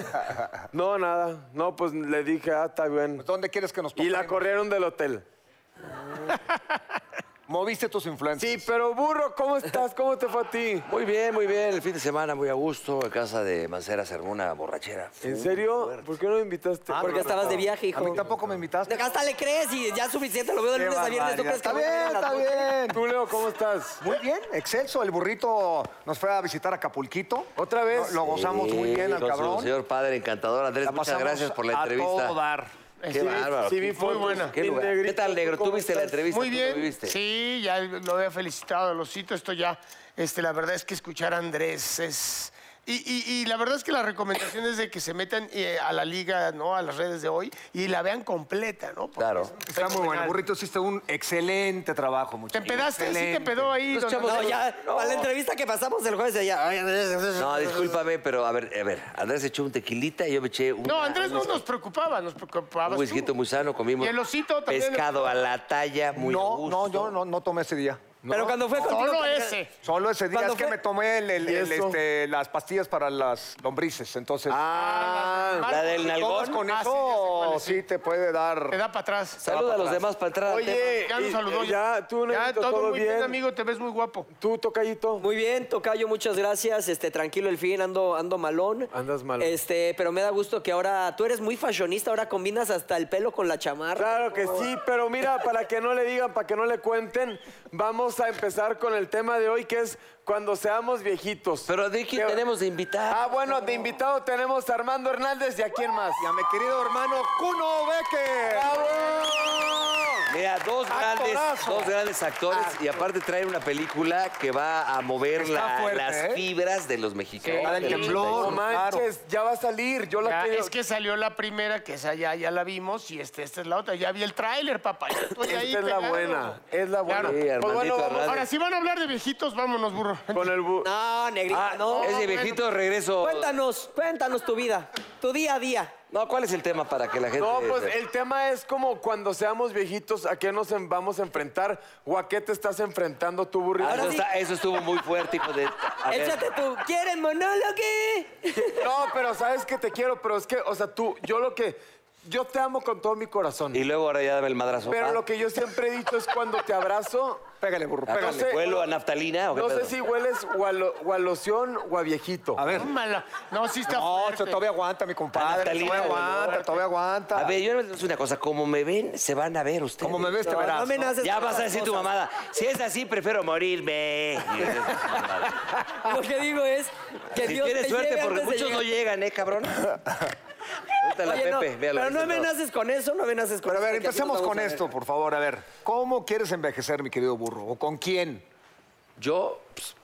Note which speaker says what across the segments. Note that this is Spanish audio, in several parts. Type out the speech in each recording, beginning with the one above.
Speaker 1: No, nada, no, pues le dije, ah, está bien.
Speaker 2: ¿Dónde quieres que nos
Speaker 1: Y la
Speaker 2: pongamos?
Speaker 1: corrieron del hotel.
Speaker 2: Moviste tus influencias.
Speaker 1: Sí, pero burro, ¿cómo estás? ¿Cómo te fue a ti?
Speaker 3: Muy bien, muy bien. El fin de semana muy a gusto. En casa de Mancera Sermona, borrachera.
Speaker 1: ¿En serio? ¿Por qué no me invitaste?
Speaker 3: Ah,
Speaker 4: Porque estabas de viaje, hijo.
Speaker 2: Ah, A mí tampoco me invitaste.
Speaker 4: Hasta le crees y ya es suficiente, lo veo de lunes a viernes, ¿tú crees que
Speaker 2: Está
Speaker 4: me voy a
Speaker 2: bien,
Speaker 4: ver a las
Speaker 2: está
Speaker 4: dos?
Speaker 2: bien.
Speaker 1: Tú, Leo, ¿cómo estás?
Speaker 2: Muy bien, excelso. El burrito nos fue a visitar a Acapulquito.
Speaker 1: ¿Otra vez?
Speaker 2: Lo, lo gozamos muy
Speaker 3: Sí,
Speaker 2: bien al
Speaker 3: con su
Speaker 2: cabrón.
Speaker 3: señor padre encantador, Andrés,
Speaker 2: La
Speaker 3: muchas
Speaker 2: pasamos
Speaker 3: gracias por la
Speaker 2: a
Speaker 3: entrevista.
Speaker 2: todo dar.
Speaker 3: Qué
Speaker 1: Sí,
Speaker 3: bárbaro.
Speaker 1: sí, vi
Speaker 3: Qué-
Speaker 1: fotos.
Speaker 3: Qué,
Speaker 1: Mi
Speaker 3: lugar.
Speaker 1: negrito,
Speaker 3: ¿Qué tal, negro?
Speaker 1: ¿cómo
Speaker 3: ¿Tú viste la
Speaker 1: estás?
Speaker 3: entrevista?
Speaker 5: Muy
Speaker 3: ¿Tú
Speaker 5: bien.
Speaker 3: lo viviste?
Speaker 5: Sí, ya lo había felicitado, lo cito. Esto ya, este, la verdad es que escuchar a Andrés es. Y, y- y la verdad es que la recomendación es de que se metan eh, a la liga, ¿no? A las redes de hoy y la vean completa, ¿no? Porque
Speaker 3: Claro.
Speaker 5: es
Speaker 2: Está muy bueno.
Speaker 5: fenomenal.
Speaker 2: El burrito hiciste un excelente trabajo, muchachos.
Speaker 5: Te empedaste, sí te
Speaker 2: Excelente.
Speaker 5: pedó ahí.
Speaker 3: Los
Speaker 5: don
Speaker 3: chavos-
Speaker 4: No,
Speaker 5: Andrés.
Speaker 4: ya, para la entrevista que pasamos el jueves allá.
Speaker 3: No, discúlpame, pero a ver, a ver, Andrés echó un tequilita y yo me eché un.
Speaker 5: No, Andrés no nos preocupaba, nos preocupaba.
Speaker 3: Un whisky muy sano, comimos
Speaker 5: Y el osito también.
Speaker 3: pescado a la talla, muy a
Speaker 2: No,
Speaker 3: gusto.
Speaker 2: no, yo no, no tomé ese día.
Speaker 4: Pero cuando fue contigo...
Speaker 5: Solo
Speaker 3: eh.
Speaker 4: también-
Speaker 5: ese.
Speaker 2: Solo ese día
Speaker 4: ¿Cuándo
Speaker 2: es que me
Speaker 4: fue?
Speaker 2: tomé el- el-
Speaker 1: ¿Y
Speaker 2: el,
Speaker 1: eso?
Speaker 2: este, las pastillas para las lombrices. Entonces,
Speaker 1: Ah,
Speaker 3: La del
Speaker 2: todas
Speaker 3: nalgón.
Speaker 2: con
Speaker 5: Ah, sí, ya sé
Speaker 2: eso
Speaker 5: cuál es,
Speaker 2: sí, te puede dar.
Speaker 5: Te da para atrás.
Speaker 3: Saluda a los demás para entrar. al
Speaker 1: oye,
Speaker 5: Ya nos
Speaker 1: y-
Speaker 5: saludó.
Speaker 1: ya, tú,
Speaker 5: Ya,
Speaker 1: Negrito,
Speaker 5: todo,
Speaker 1: ¿todo
Speaker 5: muy bien?
Speaker 1: bien?
Speaker 5: amigo. Te ves muy guapo.
Speaker 1: tú, tocallito.
Speaker 4: Muy bien, Tocayo, muchas gracias. Este, tranquilo el fin, ando, ando malón.
Speaker 1: Andas malón.
Speaker 4: Este, pero me da gusto que ahora tú eres muy fashionista, ahora combinas hasta el pelo con la chamarra.
Speaker 1: Claro que sí, pero mira, para que no le digan, para que no le cuenten, vamos a empezar con el tema de hoy, que es cuando seamos viejitos.
Speaker 3: Pero de quién
Speaker 1: Que-
Speaker 3: tenemos de invitar.
Speaker 1: Ah, bueno, de invitado tenemos a Armando Hernández y a quién más.
Speaker 2: Y a mi querido hermano Cuno Becker.
Speaker 1: ¡Bravo!
Speaker 3: Mira, dos grandes,
Speaker 1: Actorazo.
Speaker 3: dos grandes actores y aparte trae una película que va a mover
Speaker 2: Está
Speaker 3: la-
Speaker 2: fuerte,
Speaker 3: las
Speaker 2: ¿eh?
Speaker 3: fibras de los mexicanos.
Speaker 2: la del
Speaker 3: del
Speaker 2: temblor.
Speaker 3: 85.
Speaker 1: No manches, ya va a salir, yo la
Speaker 5: Ya,
Speaker 1: quiero.
Speaker 5: es que salió la primera, que esa ya, ya la vimos, y este, esta es la otra. Ya vi el tráiler, papá. ya estoy
Speaker 1: Esta
Speaker 5: ahí
Speaker 1: es la
Speaker 5: pegado.
Speaker 1: buena, es la buena.
Speaker 3: Sí,
Speaker 1: pues
Speaker 3: Armandito
Speaker 1: bueno, vamos
Speaker 3: Hernández.
Speaker 5: Ahora, si van a hablar de viejitos, vámonos, burro.
Speaker 1: con el bu-
Speaker 4: No, negrito,
Speaker 3: Ah,
Speaker 4: no.
Speaker 3: ese viejito regreso.
Speaker 4: Cuéntanos, cuéntanos tu vida, tu día a día.
Speaker 3: No, ¿cuál es el tema para que la gente... Ah,
Speaker 1: No, pues el tema es como cuando seamos viejitos, ¿a qué nos en- vamos a enfrentar? ¿O a qué te estás enfrentando tú, burrito?
Speaker 3: Ah, eso,
Speaker 4: sí.
Speaker 3: está- eso estuvo muy fuerte, hijo de... A ver.
Speaker 4: Échate tú. ¿Quieren monólogo?
Speaker 1: No, pero sabes que te quiero, pero es que, o sea, tú, yo lo que, yo te amo con todo mi corazón.
Speaker 3: Y luego ahora ya dame el madrazo.
Speaker 1: Pero
Speaker 3: Ah.
Speaker 1: lo que yo siempre he dicho es cuando te abrazo,
Speaker 2: Pégale, burro,
Speaker 3: Ah,
Speaker 2: pégale.
Speaker 1: no sé.
Speaker 3: ¿Vuelo a naftalina o qué
Speaker 1: no sé
Speaker 3: pedo?
Speaker 1: si hueles o a, lo- o a loción o a viejito.
Speaker 2: A ver.
Speaker 5: Tómala. No, sí está
Speaker 2: No, este,
Speaker 5: fuerte.
Speaker 2: todavía aguanta, mi compadre.
Speaker 3: Natalina,
Speaker 2: Todavía
Speaker 3: bueno.
Speaker 2: aguanta, todavía aguanta.
Speaker 3: A ver, yo les voy a decir una cosa. Como me ven, se van a ver ustedes.
Speaker 2: Como me ves, te verás.
Speaker 4: no amenaces
Speaker 3: Ya
Speaker 4: con
Speaker 3: vas a
Speaker 4: esas
Speaker 3: decir tu
Speaker 4: cosas.
Speaker 3: mamada. Si es así, prefiero morirme.
Speaker 4: Lo que digo es que
Speaker 3: Si
Speaker 4: Dios
Speaker 3: tienes
Speaker 4: te
Speaker 3: suerte,
Speaker 4: lleve
Speaker 3: porque
Speaker 4: antes de
Speaker 3: muchos no
Speaker 4: llegar.
Speaker 3: llegan, ¿eh, cabrón? Ahorita la
Speaker 4: Oye, no,
Speaker 3: Pepe, véalo,
Speaker 4: pero
Speaker 3: ahí
Speaker 4: no
Speaker 3: está todo.
Speaker 4: amenaces con eso, no amenaces con
Speaker 2: Pero a ver,
Speaker 4: eso. que aquí nos
Speaker 2: empecemos
Speaker 4: vamos
Speaker 2: con
Speaker 4: a ver.
Speaker 2: esto, por favor. A ver, ¿cómo quieres envejecer, mi querido burro? ¿O con quién?
Speaker 3: Yo, pues,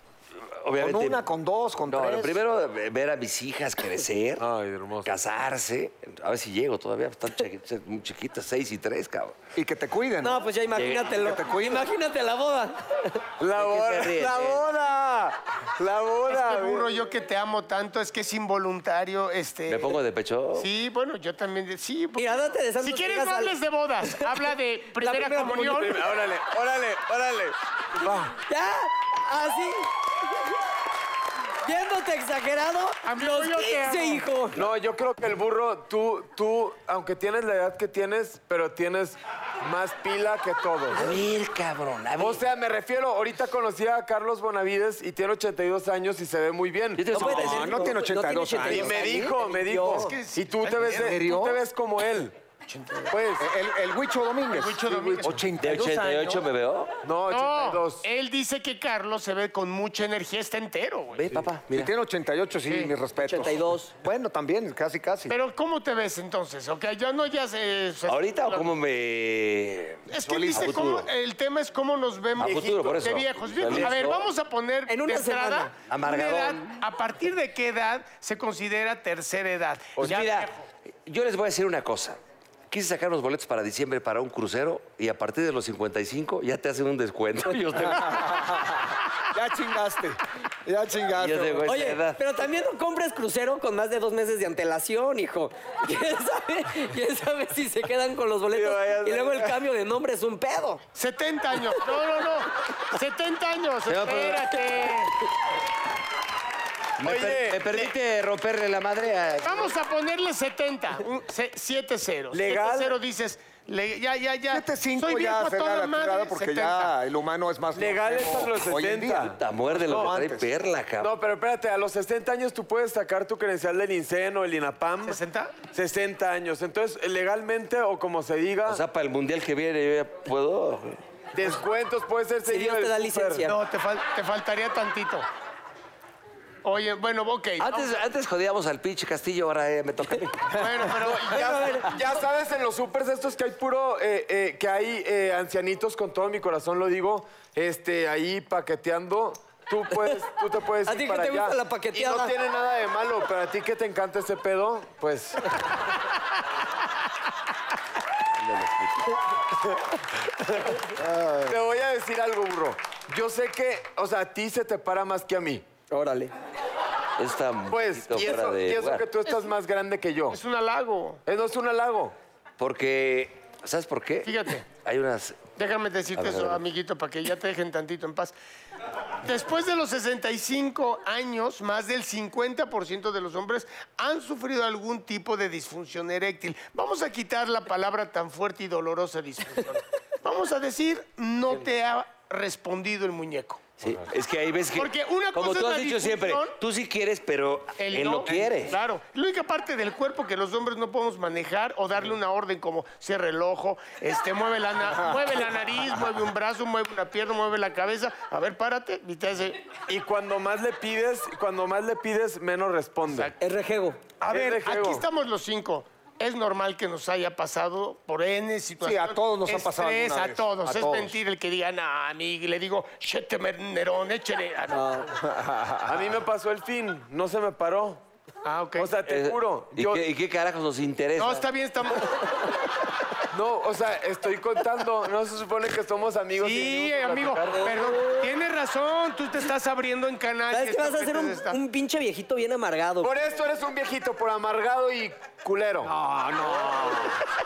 Speaker 3: obviamente...
Speaker 2: una, con dos, con
Speaker 3: No,
Speaker 2: tres?
Speaker 3: primero eh, ver a mis hijas crecer.
Speaker 1: Ay, hermoso.
Speaker 3: Casarse. A ver si llego todavía. Están chiqui- muy chiquitas, seis y tres, cabrón.
Speaker 2: Y que te cuiden.
Speaker 4: No, pues ya imagínatelo.
Speaker 2: Que te cuiden.
Speaker 4: Imagínate la boda.
Speaker 1: La
Speaker 3: ¿De qué se
Speaker 1: boda,
Speaker 3: ríe,
Speaker 1: la
Speaker 3: eh?
Speaker 1: boda, la boda.
Speaker 5: Este burro, yo que te amo tanto, es que es involuntario, este...
Speaker 3: ¿Me pongo de pecho?
Speaker 5: Sí, bueno, yo también, de- sí. porque-
Speaker 4: Mira, date de santos
Speaker 5: Si quieres, no
Speaker 4: pegas al-
Speaker 5: hables de bodas. Habla de primera,
Speaker 4: primera
Speaker 5: comunión.
Speaker 1: Órale, órale, órale.
Speaker 4: Ya, así. Viéndote exagerado,
Speaker 6: Amigo,
Speaker 4: los
Speaker 6: yo te
Speaker 4: 15,
Speaker 6: amo.
Speaker 4: hijo.
Speaker 1: No, yo creo que el burro, tú, tú, aunque tienes la edad que tienes, pero tienes más pila que todos.
Speaker 3: A ver, cabrón, a ver.
Speaker 1: O sea, me refiero, ahorita conocí a Carlos Bonavides y tiene 82 años y se ve muy bien.
Speaker 3: Yo te- ¿eh?
Speaker 4: No, puede
Speaker 3: No,
Speaker 4: ser,
Speaker 2: no tiene 82 años.
Speaker 1: Y me dijo, me dijo. Y tú te ves, eh,
Speaker 2: ¿En serio?
Speaker 1: tú te ves como él. Pues,
Speaker 2: El, el Huicho Domínguez.
Speaker 5: Huicho Domínguez.
Speaker 2: 82
Speaker 3: ¿De 88 me veo?
Speaker 1: no,
Speaker 5: No,
Speaker 1: 82.
Speaker 5: él dice que Carlos se ve con mucha energía, está entero, güey.
Speaker 3: Ve, papá,
Speaker 2: Si
Speaker 3: mira.
Speaker 2: tiene 88, sí, mis respetos.
Speaker 4: 82.
Speaker 2: Bueno, también, casi, casi.
Speaker 5: Pero ¿cómo te ves entonces? ¿Ok? Ya no, ya se... se-
Speaker 3: ¿Ahorita o cómo me...?
Speaker 5: Es que él dice
Speaker 3: A futuro.
Speaker 5: cómo, el tema es cómo nos vemos
Speaker 3: A futuro, por eso.
Speaker 5: de viejos. Bien,
Speaker 3: Feliz,
Speaker 5: A ver,
Speaker 3: ¿no?
Speaker 5: vamos a poner
Speaker 4: En una
Speaker 5: de entrada
Speaker 4: semana.
Speaker 3: Amargadón.
Speaker 5: una edad, ¿A partir de qué edad se considera tercera edad?
Speaker 3: Pues
Speaker 5: Ya
Speaker 3: mira,
Speaker 5: viejo.
Speaker 3: yo les voy a decir una cosa. Quise sacar unos boletos para diciembre para un crucero y a partir de los 55 ya te hacen un descuento. Yo te-
Speaker 6: Ya chingaste. Ya
Speaker 1: Ah,
Speaker 6: chingaste.
Speaker 3: yo tengo esa
Speaker 4: Oye,
Speaker 3: edad.
Speaker 4: pero también no compres crucero con más de dos meses de antelación, hijo. ¿Quién sabe, quién sabe si se quedan con los boletos? Y luego el cambio de nombre es un pedo.
Speaker 5: 70 años. No, no, no. 70 años.
Speaker 3: va a poner-
Speaker 5: Espérate.
Speaker 3: ¿Me, per-
Speaker 1: Oye,
Speaker 3: me permite romperle la madre a...
Speaker 5: Vamos a ponerle 70. 7-0.
Speaker 1: Legal.
Speaker 5: 7-0 dices. le- ya, ya, ya.
Speaker 2: 7-5
Speaker 5: Soy viejo
Speaker 2: ya
Speaker 5: a
Speaker 2: se da
Speaker 5: toda
Speaker 2: la
Speaker 5: madre.
Speaker 2: tirada porque
Speaker 5: 70.
Speaker 2: ya el humano es más
Speaker 1: Legal es a los
Speaker 2: hoy en día.
Speaker 1: 60.
Speaker 3: Puta, muerde la
Speaker 1: No,
Speaker 3: madre
Speaker 2: antes.
Speaker 3: perla, cabrón.
Speaker 1: No, pero espérate, a los 60 años tú puedes sacar tu credencial del INSEN o el INAPAM.
Speaker 5: ¿60?
Speaker 1: 60 años. Entonces, legalmente o como se diga,
Speaker 3: O sea, para el mundial que viene yo ya puedo...
Speaker 1: descuentos puede ser
Speaker 4: Si
Speaker 1: seguido
Speaker 4: Dios te
Speaker 1: del
Speaker 4: da
Speaker 1: súper.
Speaker 4: licencia.
Speaker 5: No, te, fal- te faltaría tantito. Oye, bueno, ok.
Speaker 3: Antes, antes jodíamos al pinche Castillo, ahora eh, me toca a mí.
Speaker 5: Bueno, pero ya-
Speaker 1: Ya, ya sabes, en los supers estos que hay puro, eh, eh, que hay eh, ancianitos, con todo mi corazón lo digo, este, ahí paqueteando. Tú, puedes, tú te puedes
Speaker 4: ¿A
Speaker 1: ir
Speaker 4: ti qué
Speaker 1: para
Speaker 4: te gusta
Speaker 1: allá.
Speaker 4: la paqueteada?
Speaker 1: Y no tiene nada de malo, pero a ti que te encanta ese pedo, pues... te voy a decir algo, burro. Yo sé que, o sea, a ti se te para más que a mí.
Speaker 4: Órale.
Speaker 3: Está un
Speaker 1: Pues,
Speaker 3: poquito
Speaker 1: y
Speaker 3: fuera
Speaker 1: eso,
Speaker 3: de
Speaker 1: y eso
Speaker 3: lugar.
Speaker 1: que tú estás más grande que yo.
Speaker 5: es un halago.
Speaker 1: Eh, No es un halago.
Speaker 3: Porque, ¿sabes por qué?
Speaker 5: Fíjate.
Speaker 3: Hay unas...
Speaker 5: Déjame
Speaker 3: A
Speaker 5: decirte
Speaker 3: ver, a
Speaker 5: eso,
Speaker 3: ver.
Speaker 5: amiguito, para que ya te dejen tantito en paz. Después de los 65 años, más del 50% de los hombres han sufrido algún tipo de disfunción eréctil. Vamos a quitar la palabra tan fuerte y dolorosa disfunción. Vamos a decir, no te ha respondido el muñeco.
Speaker 3: Sí, es que hay veces que...
Speaker 5: Porque una
Speaker 3: como
Speaker 5: cosa
Speaker 3: tú
Speaker 5: es
Speaker 3: has
Speaker 5: la
Speaker 3: dicho siempre,
Speaker 5: discusión.
Speaker 3: tú sí quieres, pero
Speaker 5: El
Speaker 3: él no, quiere.
Speaker 5: Claro. La única parte del cuerpo que los hombres no podemos manejar o darle una orden como cierre el ojo, este, mueve, la na- mueve la nariz, mueve un brazo, mueve una pierna, mueve la cabeza. A ver, párate y te hace...
Speaker 1: Y cuando más le pides, cuando más le pides, menos responde.
Speaker 4: Es rejego.
Speaker 5: A
Speaker 1: Es
Speaker 5: ver,
Speaker 1: rejego.
Speaker 5: aquí estamos los cinco. Es normal que nos haya pasado por N situaciones.
Speaker 2: Sí, a todos nos ha pasado
Speaker 5: Estrés,
Speaker 2: alguna
Speaker 5: a
Speaker 2: vez.
Speaker 5: todos.
Speaker 2: A
Speaker 5: es
Speaker 2: todos.
Speaker 5: mentira el que diga, no, a mí le digo, chete Nerón, échale. Ah, no.
Speaker 1: A mí me pasó el fin, no se me paró.
Speaker 5: Ah, ok.
Speaker 1: O sea, te
Speaker 3: Eh,
Speaker 1: juro.
Speaker 3: ¿Y,
Speaker 1: yo-
Speaker 3: qué, y qué carajos nos interesa?
Speaker 5: no, está bien, estamos...
Speaker 1: No, o sea, estoy contando. No se supone que somos amigos. y
Speaker 5: Sí,
Speaker 1: venimos a
Speaker 5: amigo,
Speaker 1: platicar.
Speaker 5: perdón. Tienes razón, tú te estás abriendo en canal.
Speaker 4: ¿Sabes qué vas a hacer? Un, un pinche viejito bien amargado.
Speaker 1: Por esto eres un viejito, por amargado y culero.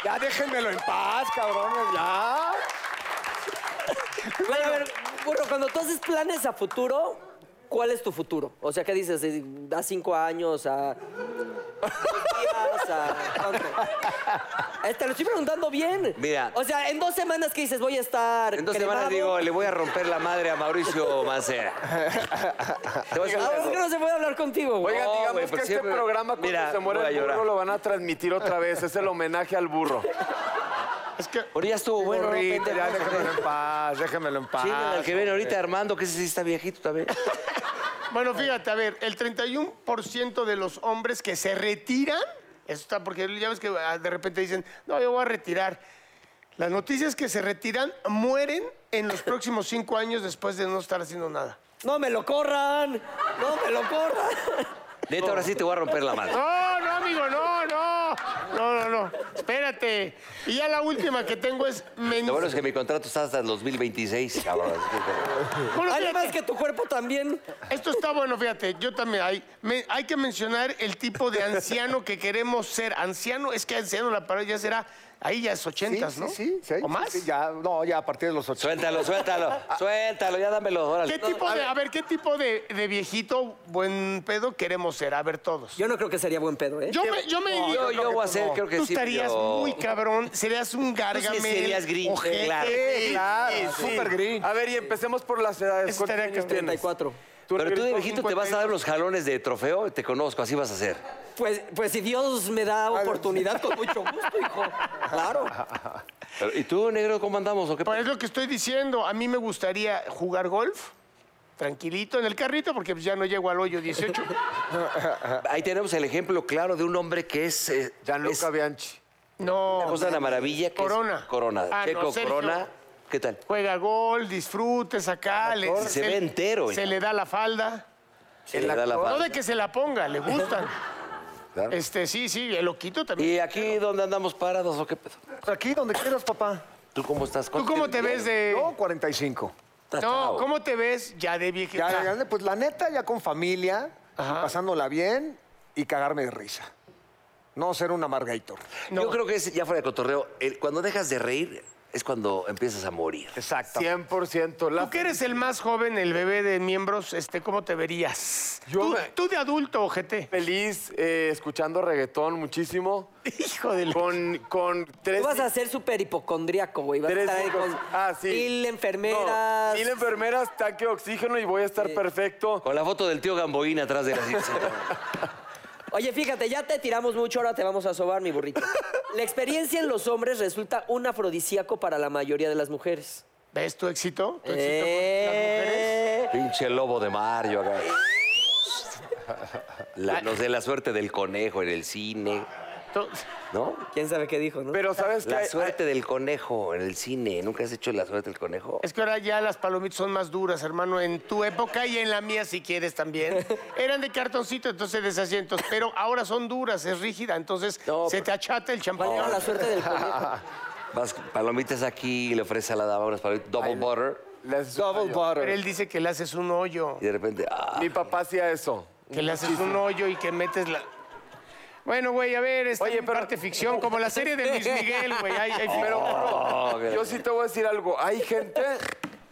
Speaker 6: Ya déjenmelo en paz, cabrones, ya.
Speaker 4: Bueno, a ver, bueno, cuando tú haces planes a futuro, ¿cuál es tu futuro? O sea, ¿qué dices? Eh, ¿A cinco años? ¿A dos días? ¿A cuánto? Eh, Te lo estoy preguntando bien.
Speaker 3: Mira.
Speaker 4: O sea, en dos semanas que dices voy a estar.
Speaker 3: En dos semanas
Speaker 4: cremado?
Speaker 3: digo, le voy a romper la madre a Mauricio Mancera. Te voy a decir
Speaker 4: Ah, es que
Speaker 3: algo.
Speaker 4: no se puede hablar contigo. güey.
Speaker 1: Oiga,
Speaker 3: No,
Speaker 1: digamos
Speaker 3: güey,
Speaker 1: que
Speaker 3: pues
Speaker 1: este
Speaker 3: siempre-
Speaker 1: programa cuando
Speaker 3: Mira,
Speaker 1: se
Speaker 3: voy
Speaker 1: muera
Speaker 3: a
Speaker 1: el burro
Speaker 3: llorar.
Speaker 1: lo van a transmitir otra vez. Es el homenaje al burro.
Speaker 5: Es que
Speaker 3: Ahorita ya estuvo bueno, ¿no,
Speaker 2: Gorrito,
Speaker 3: pendejo?
Speaker 2: ya déjamelo en paz, déjamelo en paz.
Speaker 3: Chingan al que viene ahorita Armando, que ese sí está viejito también.
Speaker 5: Bueno, fíjate, a ver, el 31% de los hombres que se retiran, eso está porque ya ves que ah, de repente dicen, no, yo voy a retirar. Las noticias que se retiran mueren en los próximos cinco años después de no estar haciendo nada.
Speaker 4: No me lo corran. No me lo corran.
Speaker 3: Neta, ahora sí te voy a romper la madre.
Speaker 5: No, no, amigo, no, no. No, no, no. Espérate. Y ya la última que tengo es
Speaker 3: Lo bueno
Speaker 5: menstruación.
Speaker 3: es que mi contrato está hasta el 2026, cabrón. Así que-
Speaker 4: Además que tu cuerpo también.
Speaker 5: Esto está bueno, fíjate, yo también. Hay, me- hay que mencionar el tipo de anciano que queremos ser. Anciano, es que anciano la palabra ya será Ahí ya es 80,
Speaker 2: sí,
Speaker 5: ¿no?
Speaker 2: sí, sí,
Speaker 5: ¿O
Speaker 2: sí,
Speaker 5: más?
Speaker 2: sí, ya, no, ya a partir de los 80.
Speaker 3: Suéltalo, suéltalo, suéltalo, ya dámelo, órale.
Speaker 5: ¿Qué tipo de, a ver, qué tipo de, de viejito buen pedo queremos ser? A ver, todos.
Speaker 4: Yo no creo que sería buen pedo, ¿eh?
Speaker 5: Yo me, yo me iría-
Speaker 3: yo, yo voy a hacer, creo que
Speaker 5: Tú
Speaker 3: sí.
Speaker 5: estarías
Speaker 3: pero-
Speaker 5: muy cabrón, serías un gargamel.
Speaker 3: serías Grinch, eh,
Speaker 5: ojete,
Speaker 3: claro.
Speaker 5: sí,
Speaker 2: Claro, súper grinch.
Speaker 1: A ver, y empecemos por las edades.
Speaker 5: Eso
Speaker 1: ¿Cuántos
Speaker 5: estaría
Speaker 1: años
Speaker 5: cabrón.
Speaker 1: tienes?
Speaker 4: 34.
Speaker 3: Pero tú de
Speaker 1: Ricardo?
Speaker 3: viejito te vas a dar unos jalones de trofeo, te conozco, así vas a hacer.
Speaker 4: Pues, pues si Dios me da
Speaker 1: Ah,
Speaker 4: oportunidad, con mucho gusto, hijo. Claro.
Speaker 3: Pero, ¿Y tú, negro, cómo andamos o qué?
Speaker 5: Pues es lo que estoy diciendo. A mí me gustaría jugar golf, tranquilito, en el carrito, porque pues ya no llego al hoyo 18.
Speaker 3: Ahí tenemos el ejemplo claro de un hombre que es... eh, es
Speaker 1: Gianluca Bianchi.
Speaker 5: No.
Speaker 3: Una cosa de la maravilla que es
Speaker 5: Corona.
Speaker 3: Corona.
Speaker 5: Ah, no,
Speaker 3: Checo
Speaker 5: Sergio.
Speaker 3: Corona. ¿Qué tal?
Speaker 5: Juega gol, disfrute, saca. le-
Speaker 3: Se ve entero,
Speaker 5: Se
Speaker 3: hijo.
Speaker 5: le da la falda.
Speaker 3: Se le da la
Speaker 5: No
Speaker 3: falda.
Speaker 5: de que se la ponga, le gustan.
Speaker 3: Claro.
Speaker 5: Este, sí, sí, el loquito también.
Speaker 3: ¿Y aquí dónde andamos parados o qué pedo?
Speaker 2: Aquí donde quieras, papá.
Speaker 3: ¿Tú cómo estás?
Speaker 5: ¿Tú cómo te ves de...?
Speaker 2: Yo, 45.
Speaker 5: No, ¿cómo te ves ya de viejita?
Speaker 2: Ya, ya, pues la neta, ya con familia, pasándola bien y cagarme de risa. No ser un amargator.
Speaker 3: Yo creo que es, ya fuera de cotorreo, el- cuando dejas de reír es cuando empiezas a morir.
Speaker 2: Exacto.
Speaker 1: 100%. La...
Speaker 5: Tú que eres el más joven, el bebé de miembros, este, ¿cómo te verías?
Speaker 1: Yo
Speaker 5: tú,
Speaker 1: me-
Speaker 5: tú de adulto, ojete.
Speaker 1: Feliz eh, escuchando reggaetón muchísimo.
Speaker 5: Hijo de... la-
Speaker 1: Con, con tres.
Speaker 4: Tú vas a ser súper hipocondríaco, güey. Vas a
Speaker 1: tres
Speaker 4: estar ahí
Speaker 1: hijos.
Speaker 4: con
Speaker 1: Ah, sí.
Speaker 4: mil
Speaker 1: No,
Speaker 4: enfermeras.
Speaker 1: mil enfermeras, tanque de oxígeno y voy a estar perfecto.
Speaker 3: Con la foto del tío Gamboín atrás de la cinta.
Speaker 4: Oye, fíjate, ya te tiramos mucho, ahora te vamos a sobar, mi burrito. La experiencia en los hombres resulta un afrodisíaco para la mayoría de las mujeres.
Speaker 5: ¿Ves tu éxito? ¿Tu éxito
Speaker 3: Eh.
Speaker 5: con las mujeres?
Speaker 4: Eh,
Speaker 3: Pinche lobo de Mario acá. La- no sé, la suerte del conejo en el cine,
Speaker 5: Tú-
Speaker 3: ¿no?
Speaker 4: ¿Quién sabe qué dijo, no?
Speaker 1: Pero sabes que
Speaker 3: La suerte del conejo en el cine. ¿Nunca has hecho la suerte del conejo?
Speaker 5: Es que ahora ya las palomitas son más duras, hermano, en tu época y en la mía, si quieres también. Eran de cartoncito, entonces desasientos, pero ahora son duras, es rígida, entonces
Speaker 3: No,
Speaker 5: se
Speaker 3: pero-
Speaker 5: te achata el
Speaker 4: ¿Cuál era
Speaker 5: champán.
Speaker 4: la suerte del conejo?
Speaker 3: Vas, palomitas aquí, le ofrece a la dama unas palomitas, double butter,
Speaker 1: las-
Speaker 2: Double butter.
Speaker 5: Pero él dice que le haces un hoyo,
Speaker 3: y de repente, ah,
Speaker 1: mi papá hacía eso.
Speaker 5: que le haces un hoyo y que metes la... Bueno, güey, a ver, esta
Speaker 1: Oye,
Speaker 5: es mi
Speaker 1: pero-
Speaker 5: parte ficción, como la serie de Luis Miguel, güey. Hay, hay
Speaker 1: Pero
Speaker 5: ficción.
Speaker 3: Oh.
Speaker 1: bro, yo sí te voy a decir algo. Hay gente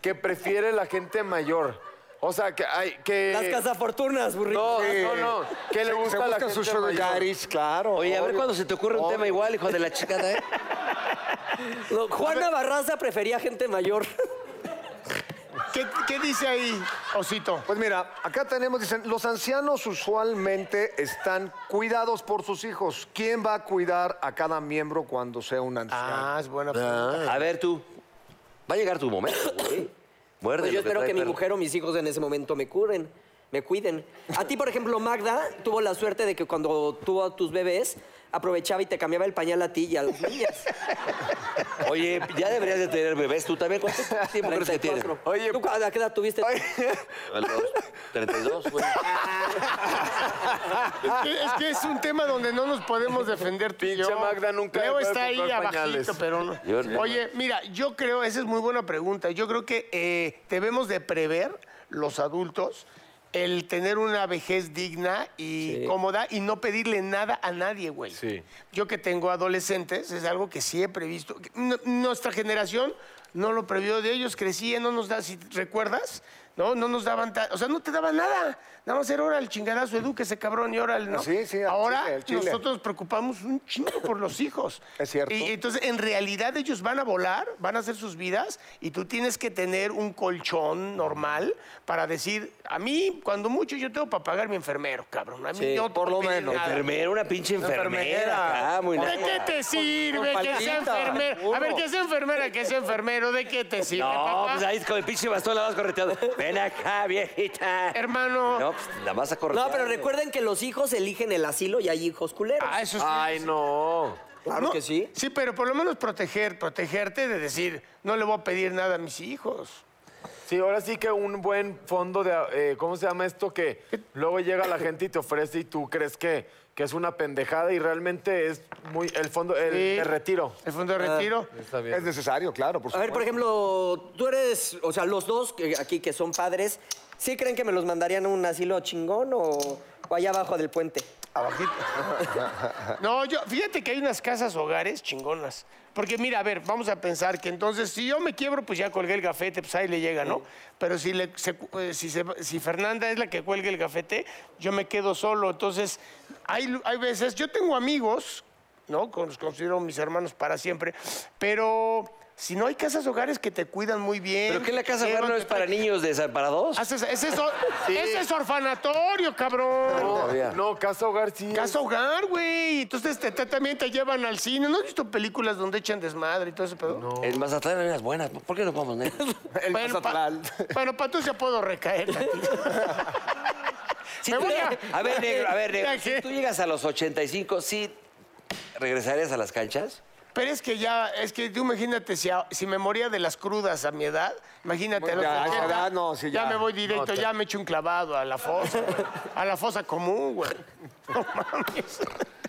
Speaker 1: que prefiere la gente mayor. O sea, que hay que.
Speaker 4: Las cazafortunas, burrito.
Speaker 1: No, no, no. Que le gusta
Speaker 2: Se
Speaker 1: a la
Speaker 2: buscan
Speaker 1: gente
Speaker 2: sus sugar
Speaker 1: mayor.
Speaker 2: daddies, claro.
Speaker 3: oye, a ver
Speaker 2: obvio.
Speaker 3: cuándo se te ocurre un tema igual, hijo de la chingada, ¿eh?
Speaker 4: No, Juana Barraza prefería gente mayor.
Speaker 5: ¿Qué, qué dice ahí, Osito?
Speaker 2: Pues mira, acá tenemos, dicen, los ancianos usualmente están cuidados por sus hijos. ¿Quién va a cuidar a cada miembro cuando sea un anciano?
Speaker 5: Ah, es buena pregunta.
Speaker 3: A ver tú, va a llegar tu momento, güey. Muerde
Speaker 4: Pues
Speaker 3: lo
Speaker 4: yo espero
Speaker 3: trae
Speaker 4: que mi
Speaker 3: perro.
Speaker 4: mujer o mis hijos en ese momento me curen, me cuiden. A ti, por ejemplo, Magda tuvo la suerte de que cuando tuvo a tus bebés, aprovechaba y te cambiaba el pañal a ti y a las niñas.
Speaker 3: Oye, ya deberías de tener bebés, tú también. ¿Cuánto tiempo crees que tienes?
Speaker 4: 34.
Speaker 1: Oye,
Speaker 4: ¿Tú a qué edad tuviste?
Speaker 3: A los 32, güey.
Speaker 5: Es que es un tema donde no nos podemos defender tú y
Speaker 1: Pinche
Speaker 5: yo.
Speaker 1: Magda nunca
Speaker 5: Leo
Speaker 1: dejó de
Speaker 5: está ahí
Speaker 1: comprar
Speaker 5: abajito,
Speaker 1: pañales.
Speaker 5: pero no.
Speaker 3: Yo no.
Speaker 5: Oye, mira, yo creo, esa es muy buena pregunta. Yo creo que eh, debemos de prever los adultos el tener una vejez digna y cómoda y no pedirle nada a nadie, güey.
Speaker 1: Sí.
Speaker 5: Yo que tengo adolescentes, es algo que sí he previsto. N- nuestra generación no lo previó de ellos, crecía, no nos da, si recuerdas, ¿no? No nos daban, ta- o sea, no te daban nada. Nada más era ahora el chingadazo, edúquese cabrón y ahora el no.
Speaker 2: Sí, sí, al
Speaker 5: Ahora
Speaker 2: chile, al chile.
Speaker 5: nosotros nos preocupamos un chingo por los hijos.
Speaker 2: Es cierto.
Speaker 5: Y entonces, en realidad, ellos van a volar, van a hacer sus vidas y tú tienes que tener un colchón normal para decir, a mí, cuando mucho, yo tengo para pagar mi enfermero, cabrón. A mí
Speaker 4: Sí,
Speaker 5: yo
Speaker 4: por lo menos.
Speaker 3: Enfermera, una pinche enfermera. acá, muy
Speaker 5: ¿De
Speaker 3: naca.
Speaker 5: qué te sirve que sea enfermero? A ver, que sea enfermera, que sea enfermero, ¿de qué te sirve,
Speaker 3: No,
Speaker 5: papá?
Speaker 3: pues ahí con el pinche bastón la vas correteando. Ven acá, viejita.
Speaker 5: Hermano.
Speaker 3: No, pues la vas a corretear.
Speaker 4: No, pero recuerden que los hijos eligen el asilo y hay hijos culeros.
Speaker 5: Ah, eso sí.
Speaker 1: Ay, no.
Speaker 4: claro
Speaker 5: No,
Speaker 4: que sí.
Speaker 5: Sí, pero por lo menos proteger, protegerte de decir, no le voy a pedir nada a mis hijos.
Speaker 1: Sí, ahora sí que un buen fondo de. eh, ¿Cómo se llama esto? Que luego llega la gente y te ofrece y tú crees que, que es una pendejada y realmente es muy. El fondo. El,
Speaker 5: Sí.
Speaker 1: el retiro.
Speaker 5: El fondo de retiro.
Speaker 2: Es necesario, claro, por
Speaker 4: A ver,
Speaker 2: supuesto.
Speaker 4: por ejemplo, tú eres, o sea, los dos que- aquí que son padres, ¿sí creen que me los mandarían a un asilo chingón o, o allá abajo del puente?
Speaker 5: Abajito. No, yo, fíjate que hay unas casas hogares chingonas. Porque mira, a ver, vamos a pensar que entonces si yo me quiebro, pues ya colgué el gafete, pues ahí le llega, ¿no? Pero si, le- se- eh, si, se- si Fernanda es la que cuelga el gafete, yo me quedo solo. Entonces, hay, lu- hay veces, yo tengo amigos, ¿no? Con- Los considero mis hermanos para siempre, pero si no hay casas hogares que te cuidan muy bien.
Speaker 3: ¿Pero qué la casa
Speaker 5: llevan,
Speaker 3: hogar no
Speaker 5: te
Speaker 3: es para
Speaker 5: traen-
Speaker 3: niños desamparados?
Speaker 5: Haces- ese, es or- ese es orfanatorio, cabrón.
Speaker 3: Todavía.
Speaker 1: No, casa hogar sí.
Speaker 5: Casa hogar, güey. Entonces te- te- también te llevan al cine. ¿No has visto películas donde echan desmadre y todo ese pedo? No.
Speaker 3: En Mazatlán hay unas buenas. ¿Por qué no vamos, negros?
Speaker 6: El
Speaker 5: Bueno, para
Speaker 6: Mazatlán.
Speaker 5: tú se puedo recaer. tantito.
Speaker 3: Si
Speaker 5: Me
Speaker 3: tú
Speaker 5: voy a-
Speaker 3: lleg- a ver, negro, a ver, negro.
Speaker 5: Ya, ¿qué?
Speaker 3: Si tú llegas a los 85, ¿sí regresarías a las canchas?
Speaker 5: Pero es que ya, es que tú imagínate, si, a- si me moría de las crudas a mi edad, imagínate a los
Speaker 6: Ya, a esa
Speaker 5: 80,
Speaker 6: edad no, sí,
Speaker 5: ya
Speaker 6: ya.
Speaker 5: me voy directo,
Speaker 6: No, te-
Speaker 5: ya me echo un clavado a la fosa, güey. a la fosa común, güey. No mames.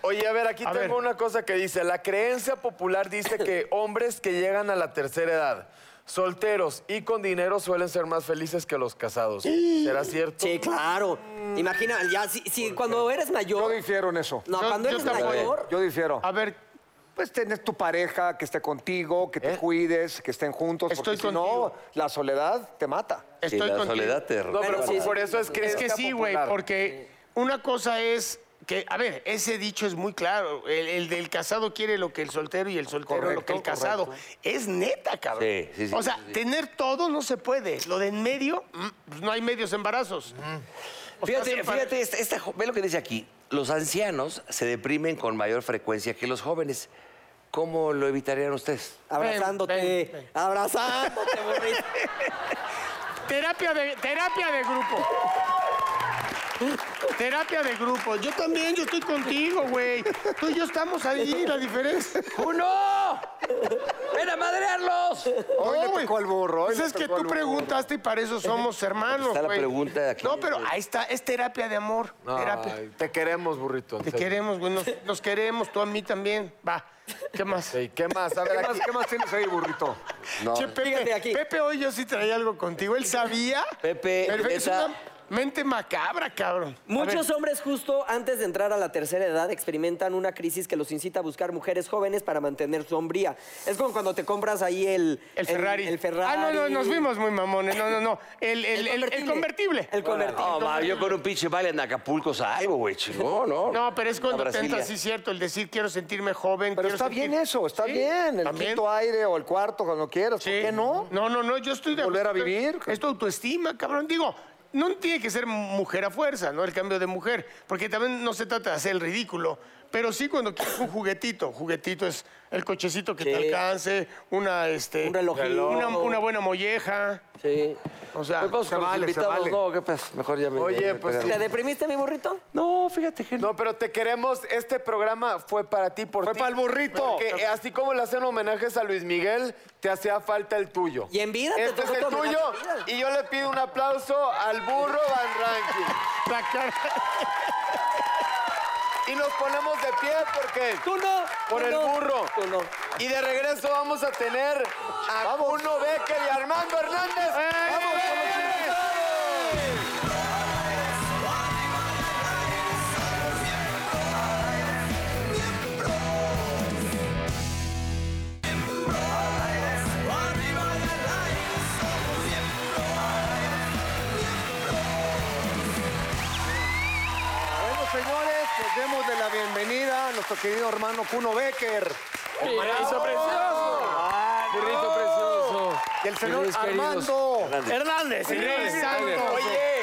Speaker 1: Oye, a ver, aquí
Speaker 5: A
Speaker 1: tengo
Speaker 5: ver.
Speaker 1: una cosa que dice, la creencia popular dice que hombres que llegan a la tercera edad, solteros y con dinero suelen ser más felices que los casados. ¿Será cierto?
Speaker 4: Sí, claro. Mm. Imagina, ya, si, si cuando eres
Speaker 2: Yo
Speaker 4: mayor.
Speaker 2: difiero en eso.
Speaker 4: No,
Speaker 5: Yo-
Speaker 4: cuando
Speaker 5: yo
Speaker 4: eres
Speaker 5: tampoco.
Speaker 4: mayor.
Speaker 2: Yo difiero.
Speaker 5: A ver,
Speaker 2: Pues tener tu pareja que esté contigo, que te cucuides, que estén juntos,
Speaker 5: Estoy
Speaker 2: porque si no,
Speaker 5: contigo.
Speaker 2: la soledad te mata.
Speaker 3: Sí,
Speaker 5: estoy
Speaker 3: la
Speaker 5: contigo.
Speaker 3: soledad te
Speaker 1: No, pero
Speaker 4: Bueno, sí,
Speaker 1: por eso es
Speaker 5: Es
Speaker 1: creencia
Speaker 5: que sí, güey,
Speaker 1: popular.
Speaker 5: porque una cosa es que, a ver, ese dicho es muy claro. El, el del casado quiere lo que el soltero y el soltero lo que el casado. Es neta, cabrón.
Speaker 3: Sí, sí, sí,
Speaker 5: o sea,
Speaker 3: sí, sí.
Speaker 5: tener todo no se puede. Lo de en medio, mm, pues no hay medios embarazos. O sea,
Speaker 3: Fíjate,
Speaker 5: se pa-
Speaker 3: fíjate, esta- esta jo- ve lo que dice aquí. Los ancianos se deprimen con mayor frecuencia que los jóvenes. ¿Cómo lo evitarían ustedes?
Speaker 4: Abrazándote.
Speaker 5: Ven, ven, ven.
Speaker 4: Abrazándote, burrito.
Speaker 5: Terapia de, terapia de grupo. Terapia de grupo. Yo también, yo estoy contigo, güey. Tú y yo estamos ahí, la diferencia.
Speaker 3: ¡Uno! ¡Oh, ¡Ven a madrearlos!
Speaker 2: Hoy
Speaker 5: No,
Speaker 2: le
Speaker 5: güey.
Speaker 2: tocó al burro, hoy
Speaker 5: Pues
Speaker 2: le
Speaker 5: es que
Speaker 2: tocó
Speaker 5: tú
Speaker 2: al burro.
Speaker 5: preguntaste y para eso somos hermanos.
Speaker 3: Está la
Speaker 5: güey.
Speaker 3: pregunta de aquí.
Speaker 5: No, pero ahí está, es terapia de amor. terapia.
Speaker 1: Ay, te queremos, burrito. en
Speaker 5: Te
Speaker 1: serio.
Speaker 5: queremos, güey. Nos, nos queremos, tú a mí también. Va. ¿Qué más?
Speaker 1: Sí, ¿Qué más? A ver,
Speaker 2: ¿Qué
Speaker 1: aquí-
Speaker 2: más, qué más tienes ahí, burrito?
Speaker 3: No.
Speaker 5: Che, Pepe,
Speaker 4: Fíjate aquí.
Speaker 5: Pepe hoy yo sí traía algo contigo. Él sabía.
Speaker 3: Pepe,
Speaker 5: Pero es
Speaker 3: neta.
Speaker 5: una mente macabra, cabrón. A
Speaker 4: Muchos
Speaker 5: ver,
Speaker 4: hombres justo antes de entrar a la tercera edad experimentan una crisis que los incita a buscar mujeres jóvenes para mantener su hombría. Es como cuando te compras ahí el...
Speaker 5: El Ferrari.
Speaker 4: El, Ferrari.
Speaker 5: Ah, no, no, nos vimos muy mamones. No, no, no. El, el- el- el convertible.
Speaker 4: El convertible.
Speaker 3: No, ma, yo con un pinche vale en Acapulco salgo, güey, chingón, ¿no?
Speaker 5: No, pero es cuando
Speaker 3: Una
Speaker 5: te
Speaker 3: Brasilia.
Speaker 5: entra, sí, cierto, el decir quiero sentirme joven.
Speaker 2: Pero
Speaker 5: quiero
Speaker 2: está bien
Speaker 5: sentir-
Speaker 2: eso, está
Speaker 5: Sí,
Speaker 2: bien. El
Speaker 5: también.
Speaker 2: quinto aire o el cuarto, cuando quieras.
Speaker 5: Sí.
Speaker 2: ¿Por qué no?
Speaker 5: No, no, no, yo estoy de
Speaker 2: Volver a vivir.
Speaker 5: Es tu autoestima, cabrón. Digo, no tiene que ser mujer a fuerza, ¿no? El cambio de mujer. Porque también no se trata de hacer el ridículo. Pero sí cuando quieres un juguetito. Juguetito es el cochecito que te
Speaker 4: Sí.
Speaker 5: alcance, una, este...
Speaker 4: Un relojito.
Speaker 5: Una, una buena molleja.
Speaker 4: Sí.
Speaker 5: O sea...
Speaker 3: Pues vamos
Speaker 2: Se
Speaker 3: con
Speaker 2: vale,
Speaker 3: los
Speaker 2: se
Speaker 3: invitados.
Speaker 2: vale.
Speaker 3: No, qué pez, mejor ya me.
Speaker 1: Oye,
Speaker 3: ya me
Speaker 1: pues,
Speaker 3: pegaron.
Speaker 4: ¿Te deprimiste, mi burrito?
Speaker 3: No, fíjate que no.
Speaker 1: No, pero te queremos. Este programa fue para ti, por
Speaker 2: Fue
Speaker 1: ti.
Speaker 2: para el burrito.
Speaker 1: Porque eh, así como le hacen homenajes a Luis Miguel, te hacía falta el tuyo.
Speaker 4: Y en vida te
Speaker 1: Este es
Speaker 4: tocó
Speaker 1: el
Speaker 4: tu homenaje
Speaker 1: tuyo.
Speaker 4: en vida.
Speaker 1: Y yo le pido un aplauso al burro Van Ranking.
Speaker 5: la cara-
Speaker 1: Y nos ponemos de pie porque...
Speaker 4: Tú no.
Speaker 1: Por
Speaker 4: tú
Speaker 1: el
Speaker 4: no,
Speaker 1: burro.
Speaker 4: Tú no.
Speaker 1: Y de regreso vamos a tener a Bruno Becker y Armando Hernández.
Speaker 2: ¡Eh!
Speaker 1: ¡Vamos con los invitados!
Speaker 2: Bueno, señores, pues démosle la bienvenida a nuestro querido hermano Cuno Becker.
Speaker 1: ¡Burrito precioso! ¡Burrito precioso!
Speaker 2: Y el señor Armando.
Speaker 5: Hernández, señores, santo.
Speaker 1: Oye.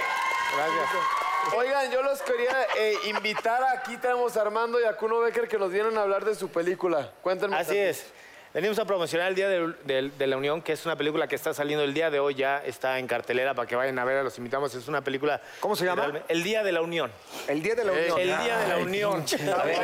Speaker 1: Oigan, yo los quería eh, invitar. Aquí tenemos a Armando y a Kuno Becker que nos vienen a hablar de su película. Cuéntenme.
Speaker 7: Así es. Venimos a promocionar el Día del- del- de, la Unión, que es una película que está saliendo el día de hoy, ya está en cartelera para que vayan a verla, los invitamos. Es una película...
Speaker 2: ¿Cómo se llama?
Speaker 7: Realme- El Día de la Unión.
Speaker 2: El día de la unión.
Speaker 7: El Día de la Unión. A ver,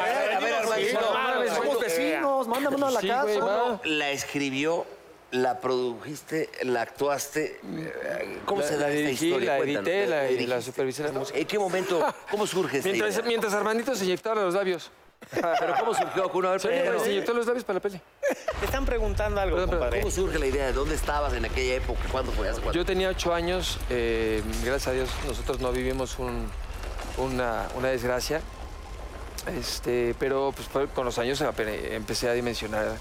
Speaker 3: A ver,
Speaker 2: Mames,
Speaker 3: Armando.
Speaker 2: Somos vecinos, mándame uno a la casa.
Speaker 3: ¿Cómo la escribió? ¿La produjiste? ¿La actuaste? eh, ¿Cómo se da esta historia? Cuéntanos, ¿la dirigiste?
Speaker 8: supervisé la música.
Speaker 3: ¿En qué momento? ¿Cómo surge esta
Speaker 8: Mientras,
Speaker 3: idea?
Speaker 8: mientras Armandito se inyectaba los labios.
Speaker 3: ¿Pero cómo surgió? Kuno? A ver,
Speaker 8: Se,
Speaker 3: pero-
Speaker 8: se inyectó los labios para la peli.
Speaker 7: Te están preguntando algo,
Speaker 8: Perdón, perdón.
Speaker 7: compadre.
Speaker 3: ¿Cómo surge la idea? ¿De dónde estabas en aquella época? ¿Cuándo fue? ¿Hace cuánto?
Speaker 8: Yo tenía ocho años, eh, gracias a Dios, nosotros no vivimos un, una, una desgracia. Este, pero pues, fue- con los años ape- empecé a dimensionar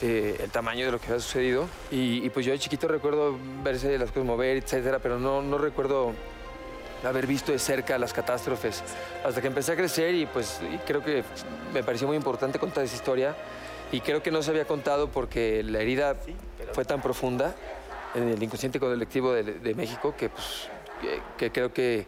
Speaker 8: eh, el tamaño de lo que había sucedido. Y, y, pues yo de chiquito recuerdo verse las cosas mover, etcétera, pero no, no recuerdo haber visto de cerca las catástrofes. Hasta que empecé a crecer y pues y creo que me pareció muy importante contar esa historia. Y creo que no se había contado porque la herida fue tan profunda en el inconsciente colectivo de, de México que, pues, que, que creo que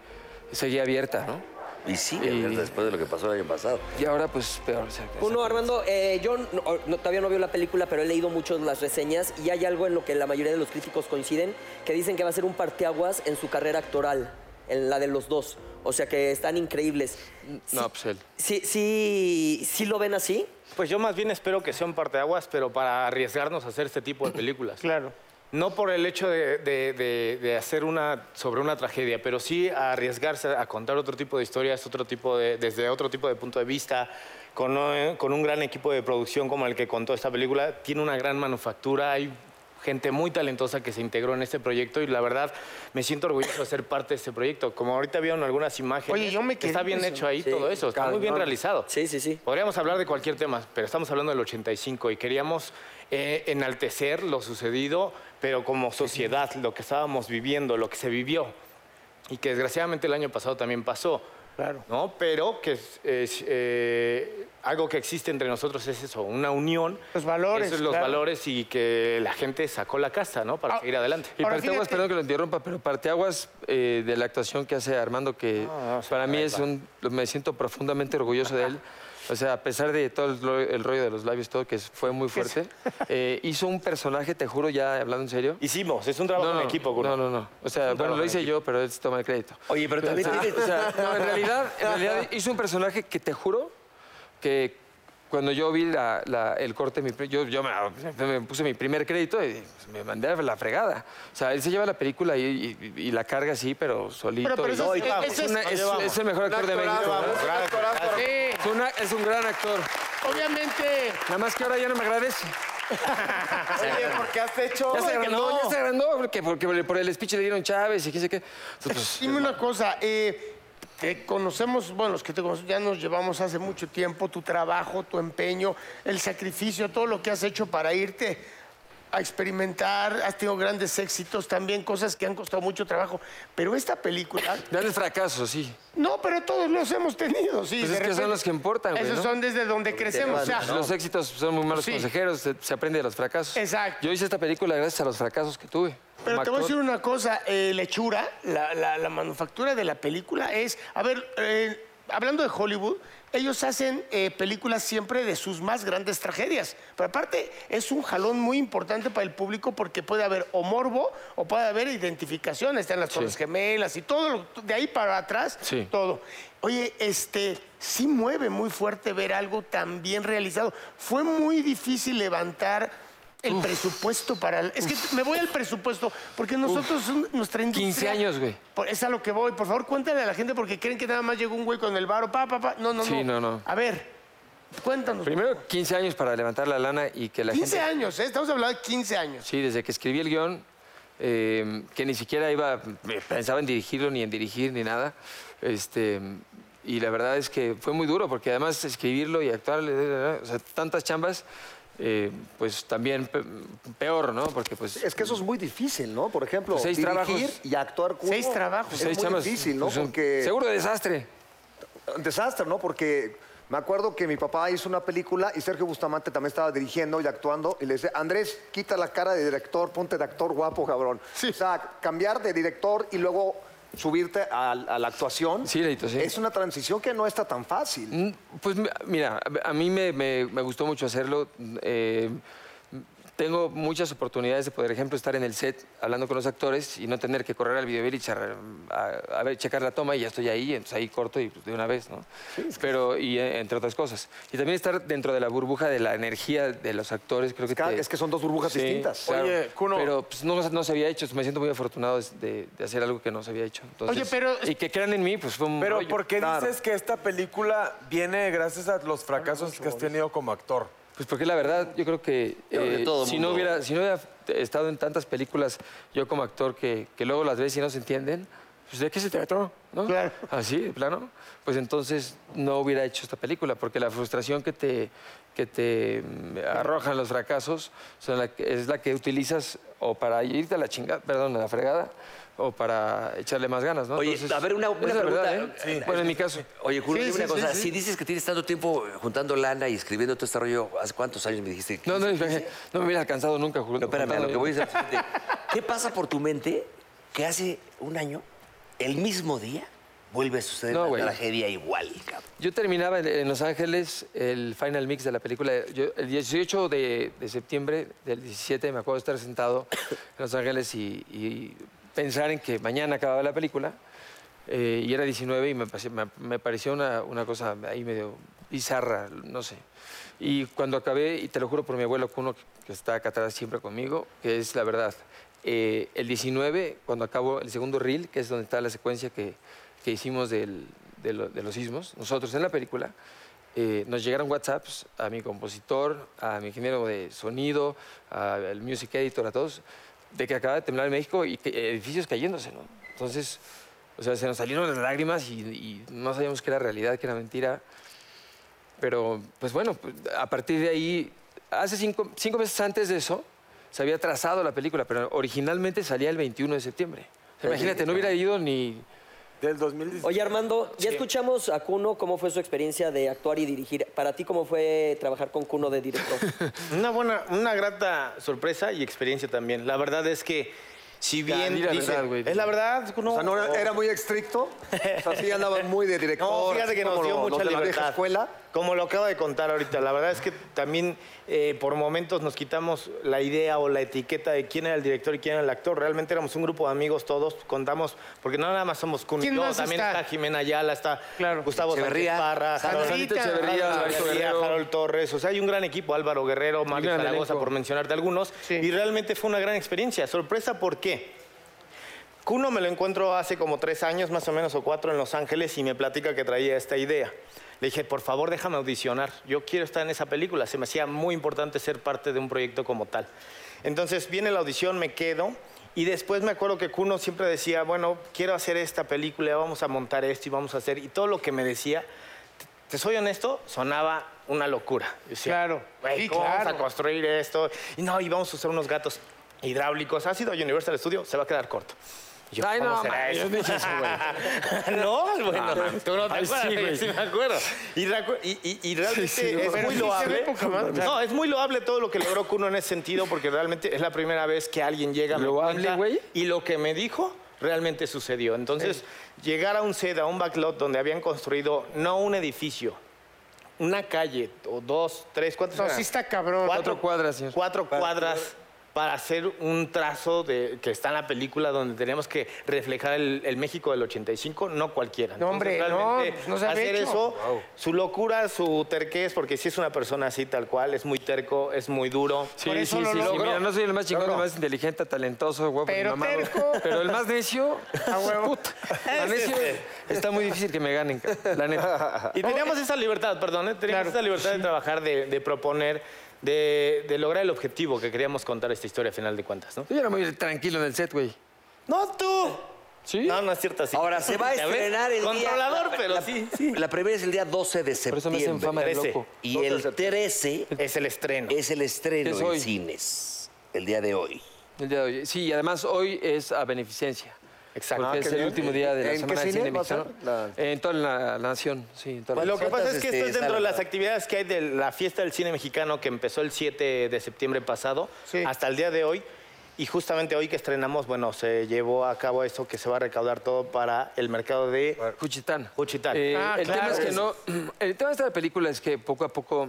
Speaker 8: seguía abierta, ¿no?
Speaker 3: Y sigue abierta después de lo que pasó el año pasado.
Speaker 8: Y ahora pues peor. o sea,
Speaker 4: Uno, Armando, eh, yo no- o- no- todavía no veo la película, pero he leído mucho las reseñas y hay algo en lo que la mayoría de los críticos coinciden, que dicen que va a ser un parteaguas en su carrera actoral, en la de los dos. O sea que están increíbles.
Speaker 8: No, pues él.
Speaker 4: ¿Sí, sí, sí lo ven así?
Speaker 7: Pues yo más bien espero que sea un parteaguas, pero para arriesgarnos a hacer este tipo de películas. Claro. No por el hecho de, de- de- de hacer una sobre una tragedia, pero sí a arriesgarse a contar otro tipo de historias, otro tipo de, desde otro tipo de punto de vista, con, eh, con un gran equipo de producción como el que contó esta película. Tiene una gran manufactura, hay gente muy talentosa que se integró en este proyecto y la verdad me siento orgulloso de ser parte de este proyecto. Como ahorita vieron algunas imágenes,
Speaker 5: Oye, yo me quedé
Speaker 7: está bien hecho ahí
Speaker 4: Sí,
Speaker 7: todo eso, está muy bien
Speaker 4: cabrón.
Speaker 7: realizado.
Speaker 4: Sí, sí, sí.
Speaker 7: Podríamos hablar de cualquier tema, pero estamos hablando del 85 y queríamos eh, enaltecer lo sucedido, pero como sociedad, lo que estábamos viviendo, lo que se vivió y que desgraciadamente el año pasado también pasó. Claro. ¿no? Pero que es- es, eh, algo que existe entre nosotros es eso, una unión.
Speaker 5: Los valores,
Speaker 7: Esos son los
Speaker 5: claro.
Speaker 7: valores y que la gente sacó la casa, ¿no? Para
Speaker 5: Ah,
Speaker 7: seguir adelante.
Speaker 8: Y
Speaker 5: Ahora,
Speaker 8: parteaguas,
Speaker 5: fíjate-
Speaker 8: perdón que lo interrumpa, pero parteaguas eh, de la actuación que hace Armando, que
Speaker 7: No, no, sí,
Speaker 8: para mí
Speaker 7: ahí
Speaker 8: es
Speaker 7: va.
Speaker 8: un. Me siento profundamente orgulloso de él. O sea, a pesar de todo el, ro- el rollo de los labios, todo que es- fue muy fuerte, eh, hizo un personaje, te juro, ya hablando en serio.
Speaker 7: Hicimos, es un trabajo en equipo. Gunnar.
Speaker 8: no, no, no. O sea, bueno,
Speaker 7: trabajo
Speaker 8: lo
Speaker 7: en
Speaker 8: hice yo, pero él se toma el crédito.
Speaker 3: Oye, pero también tiene-
Speaker 8: O sea, no, en realidad, en realidad hizo un personaje que te juro que cuando yo vi la- la- el corte, mi pri- yo, yo me, me puse mi primer crédito y pues, me mandé a la fregada. O sea, él se lleva la película y, y- y la carga así, pero solito.
Speaker 5: Pero, pero
Speaker 8: y-
Speaker 5: eso
Speaker 8: No,
Speaker 5: es-
Speaker 8: y
Speaker 5: eso
Speaker 8: es,
Speaker 5: es-
Speaker 8: una- es- es el mejor actor de México. ¿verdad? Es, una- es un gran actor.
Speaker 5: Obviamente,
Speaker 8: Nada más que ahora ya no me agradece.
Speaker 6: Oye, porque has hecho...
Speaker 8: Ya se agrandó, ya se agrandó, porque, porque por el speech le dieron Chávez y quién sé qué. Entonces, pues,
Speaker 5: dime una cosa. eh, te conocemos, bueno, los que te conocemos ya nos llevamos hace mucho tiempo, tu trabajo, tu empeño, el sacrificio, todo lo que has hecho para irte a experimentar, has tenido grandes éxitos también, cosas que han costado mucho trabajo. Pero esta película,
Speaker 8: pues, grandes fracasos, sí.
Speaker 5: no, pero todos los hemos tenido, sí.
Speaker 8: Pues
Speaker 5: de
Speaker 8: es que son
Speaker 5: repente-
Speaker 8: los que importan, güey,
Speaker 5: Esos
Speaker 8: ¿no?
Speaker 5: son desde donde crecemos. o sea,
Speaker 8: Pues Los éxitos son muy malos
Speaker 5: Sí.
Speaker 8: consejeros, se, se aprende de los fracasos.
Speaker 5: Exacto.
Speaker 8: Yo hice esta película gracias a los fracasos que tuve.
Speaker 5: Pero
Speaker 8: Como
Speaker 5: te voy a
Speaker 8: actor.
Speaker 5: decir una cosa, eh, lechura, la, la- la manufactura de la película es, a ver, eh, hablando de Hollywood, ellos hacen eh, películas siempre de sus más grandes tragedias, pero aparte es un jalón muy importante para el público porque puede haber o morbo o puede haber identificación, están las torres gemelas y todo, lo- de ahí para atrás,
Speaker 8: Sí.
Speaker 5: todo. Oye, este, sí mueve muy fuerte ver algo tan bien realizado. Fue muy difícil levantar el presupuesto para... el- Es que me voy al presupuesto, porque nosotros, un- nuestra industria...
Speaker 8: 15 años, güey.
Speaker 5: Por- Es a lo que voy. Por favor, cuéntale a la gente, porque creen que nada más llegó un güey con el varo, pa, pa, pa. No, no, no.
Speaker 8: Sí, no, no.
Speaker 5: A ver, cuéntanos.
Speaker 8: Primero, 15 años para levantar la lana y que la
Speaker 5: 15
Speaker 8: gente...
Speaker 5: años, ¿eh? Estamos hablando de 15 años.
Speaker 8: Sí, desde que escribí el guión, eh, que ni siquiera iba, eh, pensaba en dirigirlo, ni en dirigir, ni nada. Este, y la verdad es que fue muy duro, porque además escribirlo y actuar, eh, eh, eh, o sea, tantas chambas, eh, pues también pe- peor, ¿no? Porque pues...
Speaker 2: Es que eso es muy difícil, ¿no? Por ejemplo,
Speaker 8: Seis
Speaker 2: dirigir
Speaker 8: trabajos.
Speaker 2: y actuar como...
Speaker 5: Seis trabajos.
Speaker 2: Es
Speaker 8: seis
Speaker 2: muy
Speaker 8: chambas,
Speaker 2: difícil, ¿no?
Speaker 8: pues, un-
Speaker 2: Porque...
Speaker 8: Seguro de desastre.
Speaker 2: un desastre, ¿no? Porque me acuerdo que mi papá hizo una película y Sergio Bustamante también estaba dirigiendo y actuando y le dice, Andrés, quita la cara de director, ponte de actor guapo, cabrón.
Speaker 5: Sí.
Speaker 2: O sea, cambiar de director y luego subirte a, a la actuación.
Speaker 8: Sí, Leito, sí.
Speaker 2: Es una transición que no está tan fácil.
Speaker 8: Mm, Pues mi- mira, a a mí me, me- me gustó mucho hacerlo. eh, tengo muchas oportunidades de, por ejemplo, estar en el set hablando con los actores y no tener que correr al video y charrar- a, a ver, checar la toma y ya estoy ahí, entonces ahí corto y pues, de una vez, ¿no? Pero, y eh, entre otras cosas. Y también estar dentro de la burbuja de la energía de los actores, creo que
Speaker 2: Ca-
Speaker 8: te-
Speaker 2: es que son dos burbujas
Speaker 8: Sí,
Speaker 2: distintas.
Speaker 8: claro.
Speaker 6: Oye, Cuno.
Speaker 8: Pero pues, no, no se había hecho, me siento muy afortunado de, de- de hacer algo que no se había hecho. Entonces,
Speaker 5: Oye, pero-
Speaker 8: Y que crean en mí, pues fue un
Speaker 6: Pero
Speaker 8: rollo.
Speaker 6: ¿por qué
Speaker 8: Claro.
Speaker 6: dices que esta película viene gracias a los fracasos que has tenido como actor?
Speaker 8: Pues porque la verdad, yo creo que,
Speaker 3: Creo que
Speaker 8: eh,
Speaker 3: todo
Speaker 8: si, no
Speaker 3: mundo-
Speaker 8: hubiera, si no hubiera estado en tantas películas yo como actor que, que luego las ves y no se entienden, pues de qué se trató, ¿no? Así, de plano. Pues entonces no hubiera hecho esta película, porque la frustración que te, que te mm, arrojan los fracasos son la que- es la que utilizas o para irte a la chingada, perdón, a la fregada, o para echarle más ganas, ¿no?
Speaker 3: Oye,
Speaker 8: Entonces,
Speaker 3: a ver, una, una
Speaker 8: esa es la
Speaker 3: pregunta.
Speaker 8: verdad, ¿eh? Bueno, en mi caso.
Speaker 3: Oye, Julio,
Speaker 8: Sí,
Speaker 3: dime una
Speaker 8: sí, sí,
Speaker 3: cosa.
Speaker 8: sí.
Speaker 3: Si dices que tienes tanto tiempo eh, juntando lana y escribiendo todo este rollo, ¿hace cuántos años me dijiste?
Speaker 8: No, no, no me hubiera alcanzado nunca, Julio.
Speaker 3: No, espérame, a lo que voy es al siguiente. ¿Qué pasa por tu mente que hace un año, el mismo día, vuelve a suceder
Speaker 8: No,
Speaker 3: una
Speaker 8: güey.
Speaker 3: tragedia igual, cabrón?
Speaker 8: Yo terminaba en- en Los Ángeles el final mix de la película. Yo, el 18 de, de septiembre del 17 me acuerdo de estar sentado en Los Ángeles y, y pensar en que mañana acababa la película. eh, y era 19 y me, pase- me- me pareció una, una cosa ahí medio bizarra, no sé. Y cuando acabé, y te lo juro por mi abuelo Cuno, que está acá atrás siempre conmigo, que es la verdad, eh, el 19, cuando acabo el segundo reel, que es donde está la secuencia que, que hicimos del- de, lo- de los sismos, nosotros en la película, eh, nos llegaron WhatsApps a mi compositor, a mi ingeniero de sonido, a- al music editor, a todos, de que acaba de temblar en México y que- edificios cayéndose, ¿no? Entonces, o sea, se nos salieron las lágrimas y, y no sabíamos qué era realidad, qué era mentira. Pero, pues bueno, pues, a partir de ahí, hace cinco, cinco meses antes de eso, se había trazado la película, pero originalmente salía el 21 de septiembre. O sea, imagínate, no hubiera ido ni...
Speaker 1: Del 2016.
Speaker 4: Oye, Armando, ya escuchamos a Cuno cómo fue su experiencia de actuar y dirigir. Para ti, ¿cómo fue trabajar con Cuno de director?
Speaker 7: Una buena, una grata sorpresa y experiencia también. La verdad es que, si bien.
Speaker 8: di la
Speaker 7: dice-
Speaker 8: verdad, güey.
Speaker 7: es la verdad, no.
Speaker 2: O sea, no era, era muy estricto. O sea, sí andaba muy de director.
Speaker 7: No, fíjate
Speaker 2: así
Speaker 7: que nos
Speaker 2: como
Speaker 7: dio
Speaker 2: los-
Speaker 7: mucha
Speaker 2: los de la
Speaker 7: libertad.
Speaker 2: vieja escuela.
Speaker 7: Como lo acabo de contar ahorita, la verdad es que también eh, por momentos nos quitamos la idea o la etiqueta de quién era el director y quién era el actor. Realmente éramos un grupo de amigos todos, contamos, porque no nada más somos Kun y
Speaker 5: ¿Quién
Speaker 7: yo,
Speaker 5: más
Speaker 7: también
Speaker 5: está?
Speaker 7: está? Jimena Ayala, está Gustavo Sánchez
Speaker 3: Echeverría,
Speaker 7: Parra, Harold-
Speaker 5: Sandrita
Speaker 8: Echeverría,
Speaker 7: Harold
Speaker 8: Alberto
Speaker 7: García,
Speaker 8: Guerrero.
Speaker 7: Harold Torres, o sea, hay un gran equipo, Álvaro Guerrero, Mario
Speaker 8: gran
Speaker 7: Zaragoza,
Speaker 8: elenco.
Speaker 7: por mencionarte algunos,
Speaker 5: Sí.
Speaker 7: y realmente fue una gran experiencia. Sorpresa, ¿por qué? Cuno me lo encuentro hace como tres años, más o menos, o cuatro en Los Ángeles y me platica que traía esta idea. Le dije, por favor, déjame audicionar. Yo quiero estar en esa película. Se me hacía muy importante ser parte de un proyecto como tal. Entonces viene la audición, me quedo. Y después me acuerdo que Cuno siempre decía, bueno, quiero hacer esta película, vamos a montar esto y vamos a hacer. Y todo lo que me decía, te soy honesto, sonaba una locura. Yo decía,
Speaker 5: Claro.
Speaker 7: "Güey,
Speaker 5: Sí,
Speaker 7: ¿cómo Vamos
Speaker 5: claro.
Speaker 7: a construir esto. Y no, y vamos a usar unos gatos hidráulicos. ¿Has ido a Universal Studio? Se va a quedar corto. Y yo,
Speaker 8: Ay,
Speaker 7: "¿Cómo
Speaker 8: no,
Speaker 7: será
Speaker 8: mames,
Speaker 7: eso?".
Speaker 8: yo no dije eso,
Speaker 7: no, bueno, tú no te
Speaker 8: Ay, sí,
Speaker 7: acuerdas,
Speaker 8: güey.
Speaker 7: sí, me acuerdo. Y, recu- y- y- y realmente es muy
Speaker 5: Pero sí se ve
Speaker 7: loable.
Speaker 5: poca madre.
Speaker 7: No, es muy loable todo lo que logró Kuno en ese sentido, porque realmente es la primera vez que alguien llega a mi
Speaker 8: Loable,
Speaker 7: cuenta
Speaker 8: güey.
Speaker 7: y lo que me dijo realmente sucedió. Entonces, llegar a un set, a un backlot donde habían construido no un edificio, una calle o dos, tres, ¿cuántos
Speaker 5: No,
Speaker 7: eran?
Speaker 5: sí está cabrón.
Speaker 8: Cuatro cuadras, señor.
Speaker 7: Cuatro cuadras para hacer un trazo de, que está en la película donde tenemos que reflejar el, el México del 85, no cualquiera.
Speaker 5: No, hombre, no,
Speaker 7: realmente,
Speaker 5: pues no se había
Speaker 7: hacer
Speaker 5: hecho.
Speaker 7: eso, su locura, su terquez, porque si es una persona así tal cual, es muy terco, es muy duro.
Speaker 8: Sí,
Speaker 5: Por eso
Speaker 8: sí,
Speaker 5: lo
Speaker 8: sí, sí.
Speaker 5: logró.
Speaker 8: Mira, no soy el más chingón, el más inteligente, talentoso, guapo,
Speaker 5: Pero
Speaker 8: mi mamado.
Speaker 5: terco.
Speaker 8: Pero el más necio,
Speaker 5: A huevo.
Speaker 8: puta, el necio
Speaker 7: Pues,
Speaker 8: está muy difícil que me ganen, ca- la neta.
Speaker 7: Y teníamos esa libertad, perdón, ¿eh? teníamos esa libertad de trabajar, de, de proponer, de, de lograr el objetivo que queríamos contar esta historia a final de cuentas, ¿no?
Speaker 8: Yo era muy tranquilo en el set, güey.
Speaker 7: No, tú.
Speaker 8: ¿Sí?
Speaker 7: No, no es cierto así.
Speaker 3: Ahora, se va a
Speaker 7: ¿Ya ves?
Speaker 3: estrenar el día-
Speaker 7: Controlador, pero sí, sí.
Speaker 3: La primera es el día 12 de
Speaker 8: Por eso me
Speaker 3: septiembre.
Speaker 8: hacen fama de
Speaker 7: trece.
Speaker 8: loco.
Speaker 3: Y el 13
Speaker 7: Es el estreno.
Speaker 3: es el estreno
Speaker 8: ¿Qué es
Speaker 3: en
Speaker 8: hoy?
Speaker 3: cines, el día de hoy.
Speaker 8: El día de hoy. Sí, y además hoy es a beneficencia.
Speaker 7: Exacto.
Speaker 8: Porque
Speaker 2: Ah,
Speaker 8: es
Speaker 2: qué
Speaker 8: el
Speaker 2: bien.
Speaker 8: último día de la
Speaker 2: ¿En qué
Speaker 8: semana de
Speaker 2: cine
Speaker 8: cine
Speaker 2: va a ser?
Speaker 8: mexicano.
Speaker 2: La-
Speaker 8: En toda la nación, sí. en toda la
Speaker 7: Pues Lo que
Speaker 8: nación.
Speaker 7: pasa es que
Speaker 3: Este,
Speaker 7: esto es
Speaker 3: está
Speaker 7: dentro de
Speaker 3: la-
Speaker 7: las actividades que hay de la fiesta del cine mexicano que empezó el 7 de septiembre pasado
Speaker 5: Sí.
Speaker 7: hasta el día de hoy. Y justamente hoy que estrenamos, bueno, se llevó a cabo esto que se va a recaudar todo para el mercado de...
Speaker 8: Juchitán.
Speaker 7: Juchitán.
Speaker 8: Eh,
Speaker 5: Ah,
Speaker 8: el tema
Speaker 5: claro.
Speaker 8: es que no. El tema de esta película es que poco a poco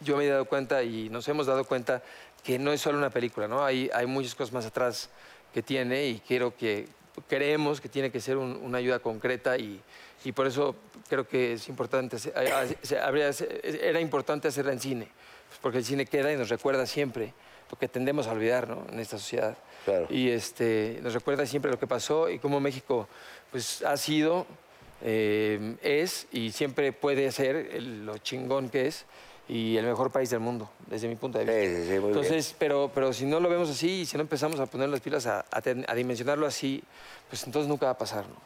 Speaker 8: yo me he dado cuenta y nos hemos dado cuenta que no es solo una película, ¿no? Hay, hay muchas cosas más atrás que tiene y quiero que creemos que tiene que ser un- una ayuda concreta y, y por eso creo que es importante, hacer- a- a- se- habría- se- era importante hacerla en cine, pues porque el cine queda y nos recuerda siempre lo que tendemos a olvidar ¿no? en esta sociedad.
Speaker 3: Claro.
Speaker 8: Y este, nos recuerda siempre lo que pasó y cómo México pues, ha sido eh, es y siempre puede ser el- lo chingón que es. Y y el mejor país del mundo, desde mi punto de vista.
Speaker 3: sí, muy bien.
Speaker 8: Entonces, pero, pero si no lo vemos así y si no empezamos a poner las pilas, a, a ten- a dimensionarlo así, pues entonces nunca va a pasar, ¿no?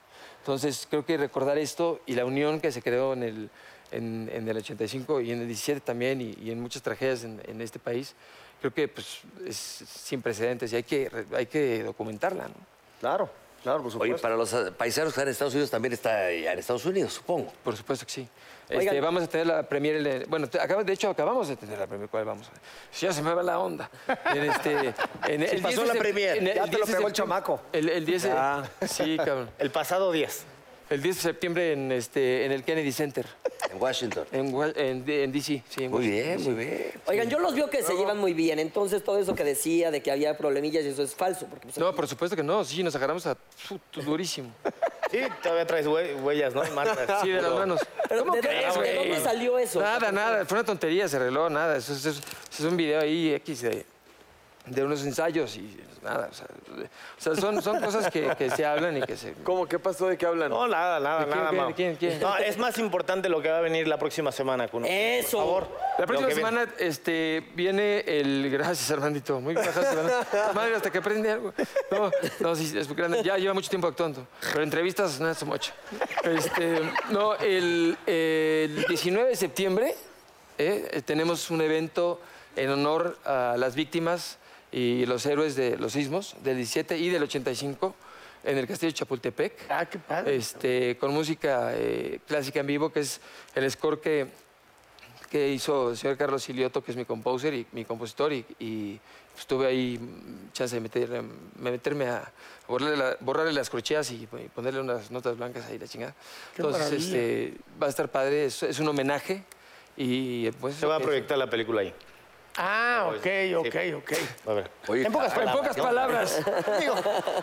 Speaker 8: Entonces, creo que recordar esto y la unión que se creó en el, en, en el 85 y en el 17 también y, y en muchas tragedias en, en este país, creo que pues, es sin precedentes y hay que, re- hay que documentarla, ¿no?
Speaker 2: Claro, claro, por
Speaker 3: Oye, para los eh, paisanos que están en Estados Unidos también está ya en Estados Unidos, supongo.
Speaker 8: Por supuesto que sí.
Speaker 3: Oigan.
Speaker 8: Este, vamos a tener la premier. el- Bueno, te- acaba- de hecho, acabamos de tener la premier. ¿Cuál vamos a Ya se me va la onda. En este, en
Speaker 3: Se
Speaker 8: 10
Speaker 3: pasó
Speaker 8: de
Speaker 3: la
Speaker 8: sep-
Speaker 3: premier.
Speaker 8: en
Speaker 3: Ya te
Speaker 8: 10 de
Speaker 3: lo pegó el
Speaker 8: septiembre-
Speaker 3: chamaco. Ah.
Speaker 8: El, el 10 de-
Speaker 3: Ya.
Speaker 8: Sí, cabrón.
Speaker 7: El pasado 10.
Speaker 8: El 10 de septiembre en, este, en el Kennedy Center.
Speaker 3: En Washington.
Speaker 8: En, Wa- en D- en DC, sí. en
Speaker 3: Muy
Speaker 8: Washington,
Speaker 3: bien,
Speaker 8: DC.
Speaker 3: muy bien.
Speaker 4: Oigan, yo los veo que se llevan muy bien, entonces todo eso que decía de que había problemillas y eso es falso. Porque, pues,
Speaker 8: No, por supuesto que no. Sí, nos agarramos a su- tu- durísimo.
Speaker 7: Sí, todavía traes hue- huellas, ¿no? Marcas.
Speaker 8: Sí, de las
Speaker 7: Pero-
Speaker 8: manos.
Speaker 4: Pero, ¿de dónde- de
Speaker 8: güey? Ah,
Speaker 4: dónde salió eso?
Speaker 8: Nada, nada. Fue una tontería, se arregló, nada. Eso, es- eso es un video ahí X de, de unos ensayos y nada. O sea, o sea, son, son cosas que, que se hablan y que se...
Speaker 1: ¿Cómo? ¿Qué pasó? ¿De qué hablan?
Speaker 7: No, nada, nada,
Speaker 8: ¿De quién,
Speaker 7: nada,
Speaker 8: quién,
Speaker 7: Mau.
Speaker 8: de quién, quién?
Speaker 7: No, es más importante lo que va a venir la próxima semana, Cuno.
Speaker 4: Eso.
Speaker 7: Por favor.
Speaker 8: La
Speaker 7: Lo
Speaker 8: próxima
Speaker 7: que viene.
Speaker 8: semana este, viene el... Gracias, Armandito. Muy bien, gracias, Armando. Madre, hasta que aprende algo. No, no, sí, sí, es grande. Ya lleva mucho tiempo actuando. Pero entrevistas, nada, son mucho. Este, no, el, el 19 de septiembre eh, eh, tenemos un evento en honor a las víctimas y los héroes de los sismos del 17 y del 85 en el Castillo de Chapultepec.
Speaker 5: Ah, qué padre.
Speaker 8: Este, con música eh, clásica en vivo, que es el score que que hizo el señor Carlos Silioto, que es mi composer y mi compositor, y, y pues, tuve ahí mm, chance de meterle- me- meterme a borrarle, la- borrarle las crocheas y, y ponerle unas notas blancas ahí, la chingada. Entonces, este, va a estar padre, es, es un homenaje. Y pues.
Speaker 7: Se va a
Speaker 8: es-
Speaker 7: proyectar la película ahí.
Speaker 5: Ah, ok,
Speaker 7: pues,
Speaker 5: ok, ok.
Speaker 7: A ver.
Speaker 3: Oye,
Speaker 5: En pocas
Speaker 8: En
Speaker 5: palabras.
Speaker 8: pocas palabras.
Speaker 5: Digo,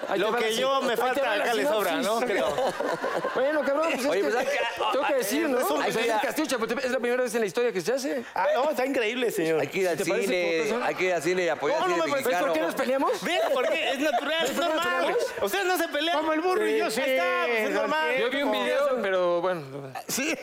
Speaker 8: ahí te
Speaker 7: Lo
Speaker 8: va la
Speaker 7: que
Speaker 8: sin-
Speaker 7: yo
Speaker 8: ahí
Speaker 7: me
Speaker 8: te va
Speaker 7: falta,
Speaker 8: la
Speaker 7: acá le sobra, ¿no?
Speaker 8: sinopsis. Bueno, cabrón, pues es
Speaker 3: Oye,
Speaker 8: que-
Speaker 3: pues hay que-
Speaker 8: tengo que decir, ¿no?
Speaker 7: es un-
Speaker 8: O sea, el Castillo Chapultepec es la primera vez en la historia que se hace.
Speaker 7: Ah, no, está increíble, señor.
Speaker 3: hay que ir al
Speaker 8: ¿Te parece
Speaker 3: cine,
Speaker 8: poco, son?
Speaker 3: hay que ir al cine y apoyar
Speaker 7: No,
Speaker 3: al
Speaker 7: no
Speaker 3: cine
Speaker 7: me parece-
Speaker 8: ¿Ves
Speaker 3: Pues, mexicano.
Speaker 8: por qué nos peleamos?
Speaker 7: ¿Ves por qué? Es natural, es normal. Ustedes no se pelean.
Speaker 5: como el burro y yo sí.
Speaker 7: Ahí está, pues, es
Speaker 5: lo
Speaker 7: normal.
Speaker 8: Yo vi un
Speaker 5: entiendo.
Speaker 8: video, pero bueno.
Speaker 7: Sí.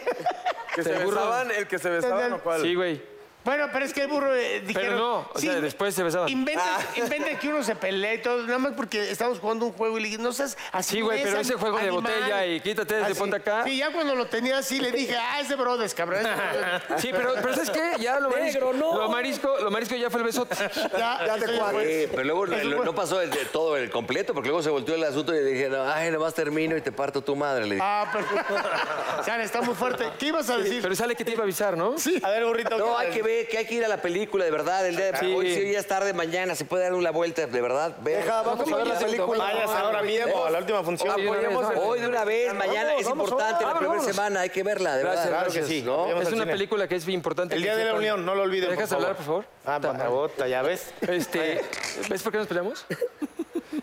Speaker 1: ¿Que se
Speaker 8: Te burlan.
Speaker 1: besaban? ¿El que se besaban o cuál?
Speaker 8: Sí, güey.
Speaker 5: Bueno, pero es que el burro eh, dijeron...
Speaker 8: no, o sea, después se Ah. besaban.
Speaker 5: Inventa, inventa que uno se pelea y todo, nada más porque estamos jugando un juego y le dije, no seas así.
Speaker 8: Sí, güey,
Speaker 5: eres,
Speaker 8: pero ese juego de botella y quítate, te
Speaker 5: Así.
Speaker 8: ponte acá.
Speaker 5: Sí, ya cuando lo tenía así le dije, ah, ese brodes, cabrón. ese brodes".
Speaker 8: Sí, pero, pero ¿sabes qué? Ya lo marisco,
Speaker 4: Negro, no.
Speaker 8: lo, marisco, lo marisco ya fue el besote.
Speaker 5: Ya, ya te
Speaker 3: Eh, pero luego lo- no pasó el de todo el completo, porque luego se volteó el asunto y dije, no, ay, nomás termino y te parto tu madre. Le dije,
Speaker 5: Ah, pero... Sara, está muy fuerte. ¿Qué ibas a decir?
Speaker 8: Pero sale que te iba a avisar, ¿no? Sí.
Speaker 7: A ver, burrito.
Speaker 5: Ah,
Speaker 3: no, hay que ver, que hay que ir a la película, de verdad, el día de
Speaker 8: Sí.
Speaker 3: hoy, sí, hoy ya es tarde, mañana, se puede dar una vuelta, de verdad, ve. Ah,
Speaker 2: Deja, vamos a ver la película.
Speaker 7: Vayas ahora mismo Ah, a la última función.
Speaker 3: Apoyemos hoy de una vez, mañana es importante, la primera semana, hay que verla, de verdad.
Speaker 7: Claro que sí.
Speaker 3: ¿no?
Speaker 7: Vayamos
Speaker 8: Es
Speaker 7: al
Speaker 8: una
Speaker 7: cine.
Speaker 8: película que es bien importante.
Speaker 7: El
Speaker 8: que
Speaker 7: día de la
Speaker 8: sepan.
Speaker 7: unión, no lo olviden.
Speaker 8: ¿Me dejas hablar, por favor?
Speaker 7: Ah, panabota, ya ves.
Speaker 8: Este, ¿Ves por qué nos peleamos?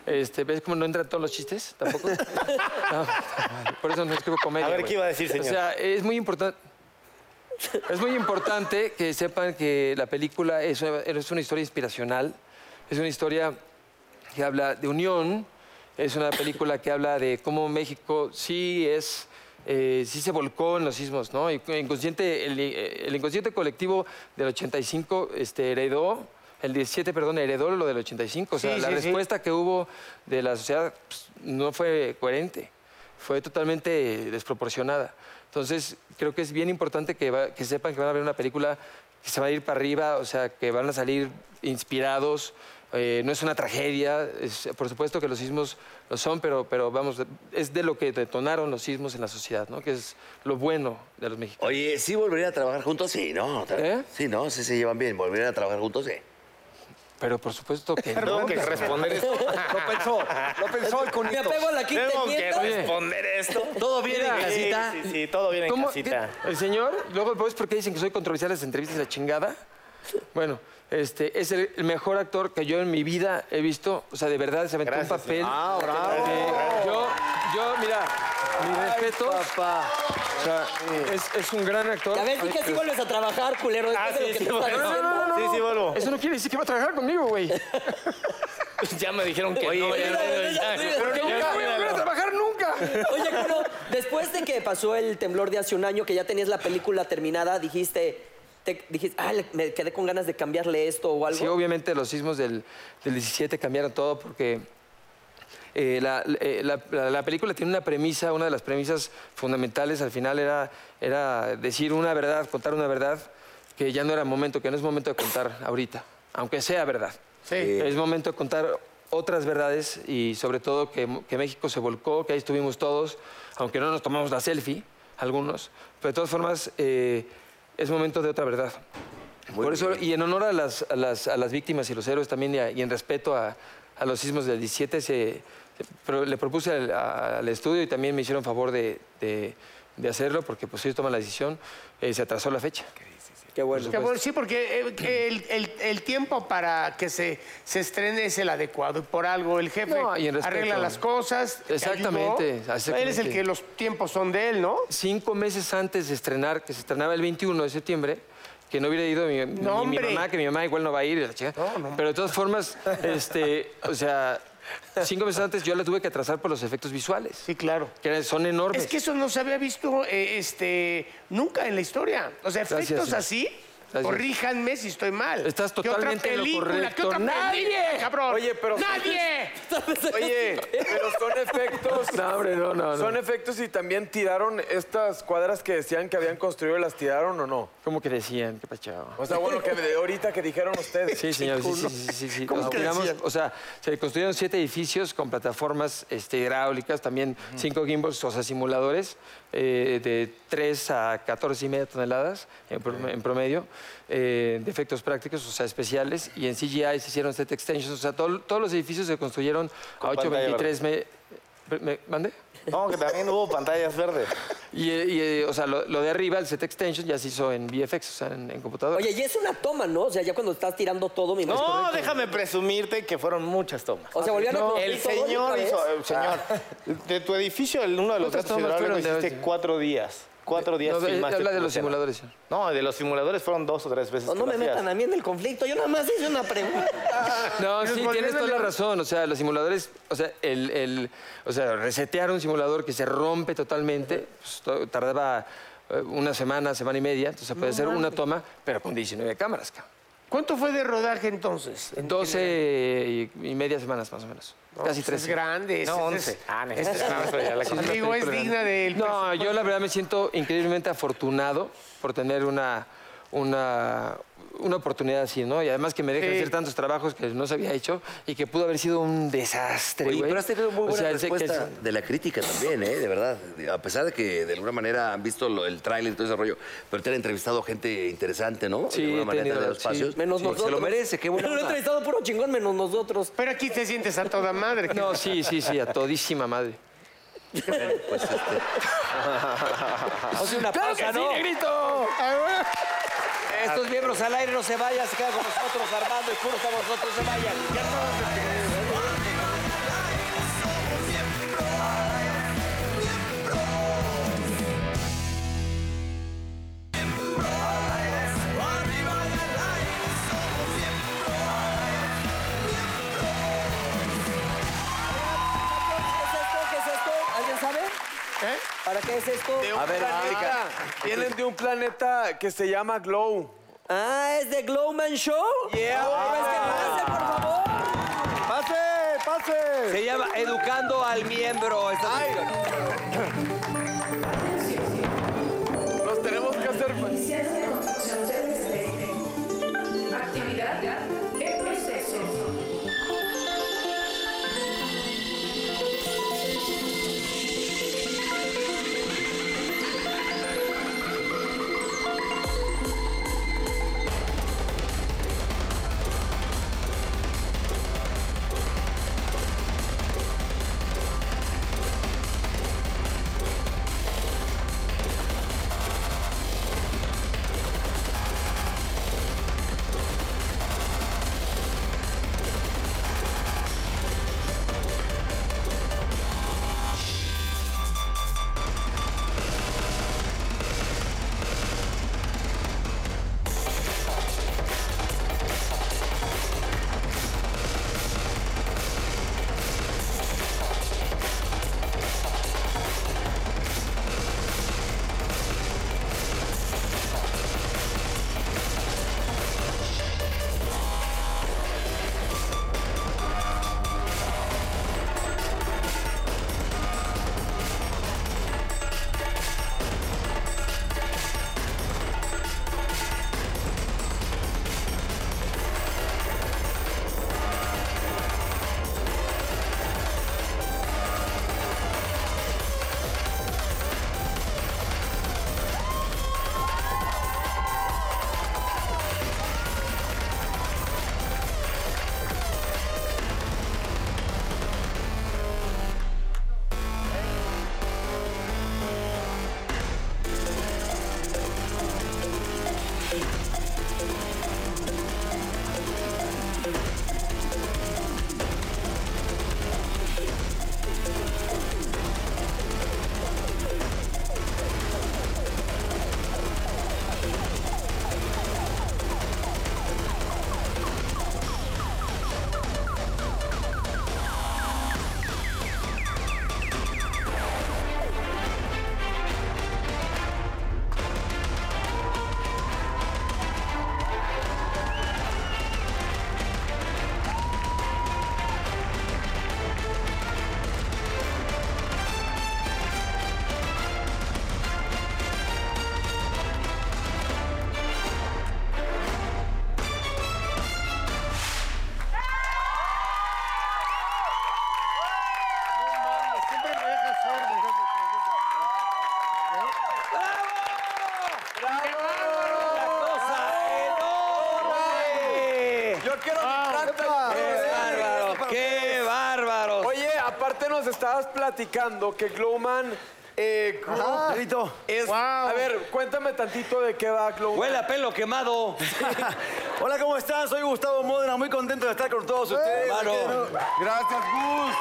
Speaker 8: Este, ¿Ves cómo no entran todos los chistes? Tampoco. No, por eso no escribo comedia.
Speaker 7: A ver,
Speaker 8: güey.
Speaker 7: ¿qué iba a decir, señor?
Speaker 8: O sea, es muy importante. Es muy importante que sepan que la película es una, es una historia inspiracional, es una historia que habla de unión, es una película que habla de cómo México sí es, eh, sí se volcó en los sismos, ¿no? Y el inconsciente, el, el inconsciente colectivo del 85 este, heredó, el 17, perdón, heredó lo del 85. O sea,
Speaker 5: Sí,
Speaker 8: la
Speaker 5: sí, sí.
Speaker 8: respuesta que hubo de la sociedad pues, no fue coherente fue totalmente desproporcionada. Entonces, creo que es bien importante que, va- que sepan que van a ver una película que se va a ir para arriba, o sea, que van a salir inspirados. eh, no es una tragedia, es- por supuesto que los sismos lo son, pero, pero vamos, es de lo que detonaron los sismos en la sociedad, ¿no? Que es lo bueno de los mexicanos.
Speaker 3: Oye, ¿sí volverían a trabajar juntos? Sí, ¿no? Otra vez.
Speaker 8: ¿Eh?
Speaker 3: Sí, ¿no? Sí se llevan bien, volverían a trabajar juntos, sí.
Speaker 8: Pero por supuesto que no.
Speaker 7: Tengo que responder esto.
Speaker 2: Lo pensó, lo pensó el
Speaker 4: Me
Speaker 2: cunito.
Speaker 4: apego a la quinta
Speaker 7: Tengo que
Speaker 4: enmienda.
Speaker 7: responder esto.
Speaker 3: ¿Todo bien en
Speaker 7: Sí,
Speaker 3: casita?
Speaker 7: Sí, sí, todo bien en
Speaker 8: ¿Cómo?
Speaker 7: casita.
Speaker 8: ¿Qué? El señor, luego ves por qué dicen que soy controversial en las entrevistas de la chingada. Bueno, este es el, el mejor actor que yo en mi vida he visto. O sea, de verdad se aventó
Speaker 7: Gracias,
Speaker 8: un papel.
Speaker 2: Ah, bravo.
Speaker 8: de- yo, yo, mira, mi respeto.
Speaker 2: Papá.
Speaker 8: O sea, es, es un gran actor.
Speaker 4: Ya ves, dije, así vuelves a trabajar, culero.
Speaker 7: Ah,
Speaker 4: después de
Speaker 7: sí,
Speaker 4: lo que
Speaker 7: sí,
Speaker 4: te
Speaker 7: bueno.
Speaker 4: estaba diciendo.
Speaker 8: No, no, no,
Speaker 7: Sí, sí, vuelvo.
Speaker 8: Eso no quiere decir que va a trabajar conmigo, güey.
Speaker 7: Ya me dijeron que
Speaker 3: Oye,
Speaker 7: no.
Speaker 3: oye,
Speaker 7: ya,
Speaker 4: oye,
Speaker 7: ya,
Speaker 4: oye,
Speaker 7: ya.
Speaker 4: pero
Speaker 7: Ya,
Speaker 8: Nunca voy a volver a
Speaker 7: míralo.
Speaker 8: trabajar nunca.
Speaker 4: Oye, Cuno, después de que pasó el temblor de hace un año, que ya tenías la película terminada, dijiste, te dijiste, ah, le- me quedé con ganas de cambiarle esto o algo?
Speaker 8: Sí, obviamente los sismos del, del 17 cambiaron todo porque eh, la, eh, la- la- la película tiene una premisa, una de las premisas fundamentales al final era, era decir una verdad, contar una verdad que ya no era momento, que no es momento de contar ahorita, aunque sea verdad. Es momento de contar otras verdades y sobre todo que, que México se volcó, que ahí estuvimos todos, aunque no nos tomamos la selfie, algunos, pero de todas formas eh, es momento de otra verdad. Por eso, y en honor a las, a las, a las víctimas y los héroes también, y, a- y en respeto a, a los sismos del 17, se, se- pero le propuse al, a- al estudio y también me hicieron favor de, de- de hacerlo, porque pues ellos toman la decisión, eh, se atrasó la fecha.
Speaker 4: Qué bueno.
Speaker 5: Que, bueno, sí, porque eh, que el, el- el tiempo para que se, se estrene es el adecuado. y Por algo el jefe
Speaker 8: No, y en respeto.
Speaker 5: arregla las cosas. te
Speaker 8: Exactamente,
Speaker 5: ayudó. Él es el
Speaker 8: exactamente.
Speaker 5: que los tiempos son de él, ¿no?
Speaker 8: Cinco meses antes de estrenar, que se estrenaba el 21 de septiembre, que no hubiera ido mi, ni
Speaker 5: No,
Speaker 8: mi
Speaker 5: hombre.
Speaker 8: mamá, que mi mamá igual no va a ir, la chica. pero de todas formas, este, o sea, cinco meses antes yo la tuve que atrasar por los efectos visuales,
Speaker 5: Sí, claro.
Speaker 8: que eran- son enormes.
Speaker 5: Es que eso no se había visto eh, este, nunca en la historia. O sea,
Speaker 8: Gracias,
Speaker 5: efectos
Speaker 8: señor.
Speaker 5: así,
Speaker 8: Gracias.
Speaker 5: corríjanme si estoy mal.
Speaker 8: Estás
Speaker 5: ¿Qué otra
Speaker 8: totalmente en lo
Speaker 5: película? ¿Qué
Speaker 8: correcto.
Speaker 5: otra
Speaker 8: ¡Nadie!
Speaker 5: película, cabrón?
Speaker 1: Oye, pero-
Speaker 5: ¡Nadie!
Speaker 1: Oye, pero son efectos.
Speaker 8: No, hombre, no, no, no.
Speaker 1: Son efectos y también tiraron estas cuadras que decían que habían construido, ¿las tiraron o no?
Speaker 8: ¿Cómo que decían? ¿Qué pachao?
Speaker 1: O sea, bueno, que de ahorita que dijeron ustedes.
Speaker 8: Sí, señor, sí, sí, sí, sí, sí. Nos tiramos, o sea, se construyeron siete edificios con plataformas este, hidráulicas, también cinco gimbals, o sea, simuladores eh, de 3 a 14 y media toneladas en, prom- en promedio, eh, de efectos prácticos, o sea, especiales, y en CGI se hicieron set extensions, o sea, todo- todos los edificios se construyeron a
Speaker 7: pantalla
Speaker 8: 8.23 me, me- ¿Mande?
Speaker 7: No, que también hubo pantallas verdes.
Speaker 8: Y, eh, y, eh, o sea, lo, lo de arriba, el set extension, ya se hizo en VFX, o sea, en, en computadora.
Speaker 4: Oye, y es una toma, ¿no? O sea, ya cuando estás tirando todo, mi
Speaker 7: No, déjame presumirte que fueron muchas tomas.
Speaker 4: O sea, volvieron a
Speaker 7: El
Speaker 4: construir todo de
Speaker 7: señor
Speaker 4: otra
Speaker 7: hizo, eh,
Speaker 4: vez. Ah.
Speaker 7: el señor, de tu edificio, en uno de los
Speaker 8: ¿Cuántas
Speaker 7: datos
Speaker 8: tomas fueron
Speaker 7: hidráulicos
Speaker 8: de
Speaker 7: hiciste
Speaker 8: hoy?
Speaker 7: cuatro días. Cuatro días
Speaker 8: No, eh,
Speaker 7: filmaste
Speaker 8: habla de
Speaker 7: tu
Speaker 8: los
Speaker 7: escena.
Speaker 8: simuladores, señor.
Speaker 7: No, de los simuladores fueron dos o tres veces.
Speaker 4: No,
Speaker 7: que
Speaker 4: no
Speaker 7: lo
Speaker 4: me
Speaker 7: hacías.
Speaker 4: metan a mí en el conflicto. Yo nada más hice una pregunta.
Speaker 8: No, sí, tienes toda la razón. O sea, los simuladores, o sea, el, el- o sea, resetear un simulador que se rompe totalmente, pues, to- tardaba eh, una semana, semana y media. Entonces, puede ser una toma, pero con 19 cámaras. cabrón.
Speaker 5: ¿Cuánto fue de rodaje entonces?
Speaker 8: 12 y, y media semanas más o menos. Casi
Speaker 5: Pues
Speaker 8: tres.
Speaker 5: Es grande. es-
Speaker 7: No,
Speaker 5: es-
Speaker 7: once. Ah, no, eso ya la
Speaker 5: es- Digo, es digna del...
Speaker 8: No, yo la verdad me siento increíblemente afortunado por tener una, una, una oportunidad así, ¿no? Y además que me dejan
Speaker 5: Sí.
Speaker 8: hacer tantos trabajos que no se había hecho y que pudo haber sido un desastre,
Speaker 3: Oye,
Speaker 8: güey.
Speaker 3: pero has tenido muy
Speaker 8: O
Speaker 3: buena
Speaker 8: sea, sé que es-
Speaker 3: respuesta de la crítica también, ¿eh? De verdad. A pesar de que de alguna manera han visto lo- el tráiler y todo ese rollo, pero te han entrevistado gente interesante, ¿no?
Speaker 8: Sí,
Speaker 3: de alguna
Speaker 8: he
Speaker 3: manera te han
Speaker 8: tenido,
Speaker 3: dado
Speaker 8: sí.
Speaker 3: espacios.
Speaker 4: Menos
Speaker 3: Porque
Speaker 4: nosotros.
Speaker 3: Se lo merece, qué bueno.
Speaker 4: Lo he entrevistado puro chingón, menos nosotros.
Speaker 5: Pero aquí te sientes a toda madre. ¿Eh?
Speaker 8: No, sí, sí, sí, a todísima madre.
Speaker 4: Vamos a hacer una pausa, ¿no? Estos miembros al aire no se vayan, se quedan con nosotros Armando y puro con nosotros se ¿eh? vayan. Ya estamos de- ¿Qué es esto? ¿Qué es esto? ¿Alguien sabe?
Speaker 5: ¿Eh?
Speaker 4: ¿Para qué es esto?
Speaker 1: A ver, planeta, vienen de un planeta que se llama Glow.
Speaker 4: Ah, es de Glowman Show.
Speaker 1: Yeah.
Speaker 4: Ah, pues que pase, por favor.
Speaker 2: ¡Pase, pase!
Speaker 9: Se llama Educando al Miembro. esta sección.
Speaker 1: Los tenemos que hacer.
Speaker 10: Actividad en proceso.
Speaker 1: aparte nos estabas platicando que Glowman... Eh, Crew
Speaker 9: Ajá.
Speaker 1: es- A ver, cuéntame tantito de qué va Glowman.
Speaker 9: Huele a pelo quemado.
Speaker 11: Hola, ¿cómo están? Soy Gustavo Modena, muy contento de estar con todos ustedes.
Speaker 9: Mano.
Speaker 11: Gracias, Gus.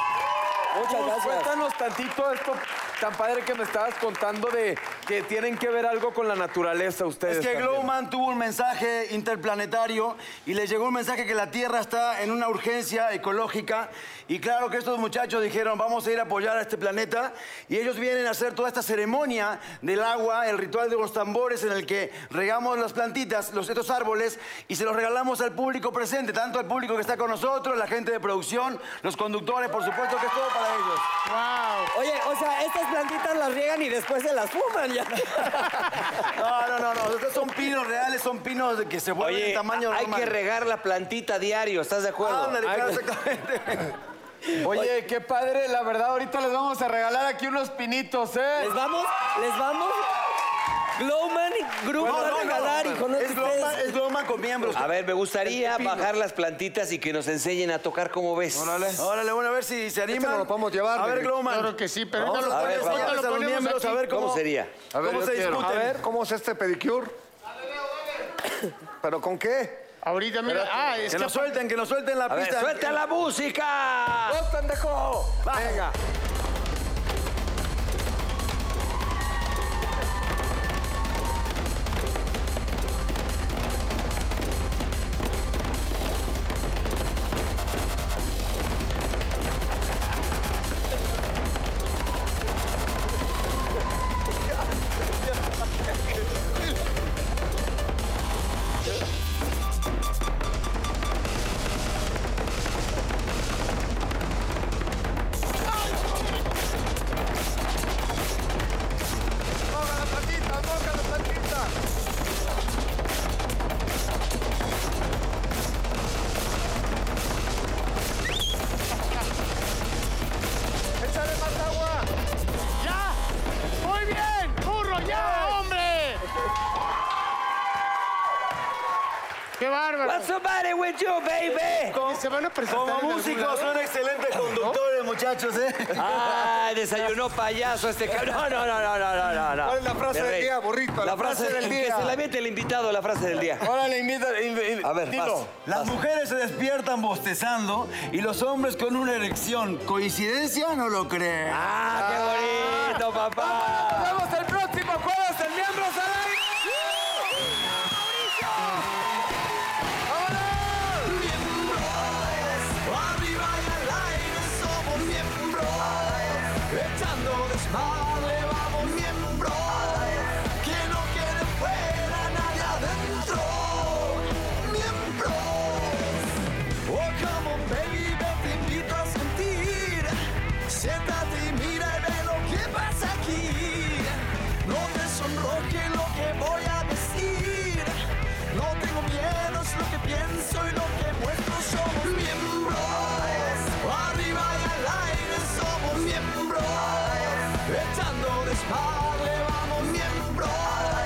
Speaker 1: Muchas
Speaker 11: gracias.
Speaker 1: Cuéntanos tantito esto tan padre que me estabas contando de que tienen que ver algo con la naturaleza ustedes.
Speaker 11: Es que
Speaker 1: también.
Speaker 11: Glowman tuvo un mensaje interplanetario y le llegó un mensaje que la Tierra está en una urgencia ecológica. Y claro que estos muchachos dijeron, vamos a ir a apoyar a este planeta. Y ellos vienen a hacer toda esta ceremonia del agua, el ritual de los tambores en el que regamos las plantitas, los, estos árboles, y se los regalamos al público presente, tanto al público que está con nosotros, la gente de producción, los conductores, por supuesto que es todo para ellos.
Speaker 4: ¡Wow! Oye, o sea, estas plantitas las riegan y después se las fuman ya.
Speaker 11: No, no, no, no, estos son pinos reales, son pinos que se vuelven
Speaker 9: Oye,
Speaker 11: de tamaño
Speaker 9: hay
Speaker 11: normal.
Speaker 9: que regar la plantita diario, ¿estás de acuerdo?
Speaker 11: Ándale, claro,
Speaker 9: Ay,
Speaker 11: exactamente.
Speaker 1: Oye, qué padre, la verdad, ahorita les vamos a regalar aquí unos pinitos, ¿eh?
Speaker 4: ¿Les vamos? ¿Les vamos? Glowman Group
Speaker 11: Bueno,
Speaker 4: va a
Speaker 11: no, no,
Speaker 4: regalar,
Speaker 11: no,
Speaker 4: hijo, no
Speaker 11: es
Speaker 4: te
Speaker 11: Glowman-
Speaker 4: estés-
Speaker 11: es Glowman con miembros.
Speaker 9: A ver, me gustaría
Speaker 11: Este pino.
Speaker 9: bajar las plantitas y que nos enseñen a tocar como ves.
Speaker 11: Órale, bueno, a ver si se anima.
Speaker 2: Este lo podemos llevar,
Speaker 11: A ver,
Speaker 2: Rick.
Speaker 11: Glowman.
Speaker 5: Claro que sí, pero
Speaker 11: Vamos
Speaker 5: ahorita
Speaker 11: a
Speaker 5: lo
Speaker 11: ver,
Speaker 5: ponemos, ahorita
Speaker 11: vamos
Speaker 5: lo
Speaker 11: a los
Speaker 5: ponemos
Speaker 11: miembros
Speaker 5: aquí.
Speaker 11: a ver cómo,
Speaker 9: ¿Cómo sería?
Speaker 2: A ver,
Speaker 11: cómo
Speaker 2: yo
Speaker 11: se
Speaker 2: quiero.
Speaker 11: discuten.
Speaker 2: A ver, ¿cómo es este pedicure? ¿Pero con qué?
Speaker 5: Ahorita, mira, ah, es
Speaker 11: Que
Speaker 5: que
Speaker 11: nos suelten, que nos suelten la
Speaker 9: A ver,
Speaker 11: pista.
Speaker 9: suelta la música.
Speaker 1: ¡Oh, pendejo! Venga.
Speaker 5: ¡Ya! ¡Muy bien! ¡Burro, ya, hombre! ¡Qué bárbaro!
Speaker 9: What's the matter with you, baby?
Speaker 5: Se van a presentar
Speaker 11: Como
Speaker 5: en algún lado.
Speaker 11: músicos son excelentes conductores, muchachos, ¿eh?
Speaker 9: Ay, desayunó payaso este cabrón. No, no, no, no, no, no, no.
Speaker 2: ¿Cuál es la frase
Speaker 9: Me
Speaker 2: del
Speaker 9: reí.
Speaker 2: día, burrito?
Speaker 9: La frase del día. Que se la aviente el invitado, la frase del día.
Speaker 1: Órale, invita, inv-
Speaker 9: A ver,
Speaker 1: dilo.
Speaker 9: vas.
Speaker 11: Las mujeres se despiertan bostezando y los hombres con una erección. ¿Coincidencia? No lo creen.
Speaker 9: Ah, qué bonito, papá.
Speaker 1: Nos vemos el próximo jueves en Miembros al Aire.
Speaker 12: Echando desmadre, vamos miembros.
Speaker 4: pues?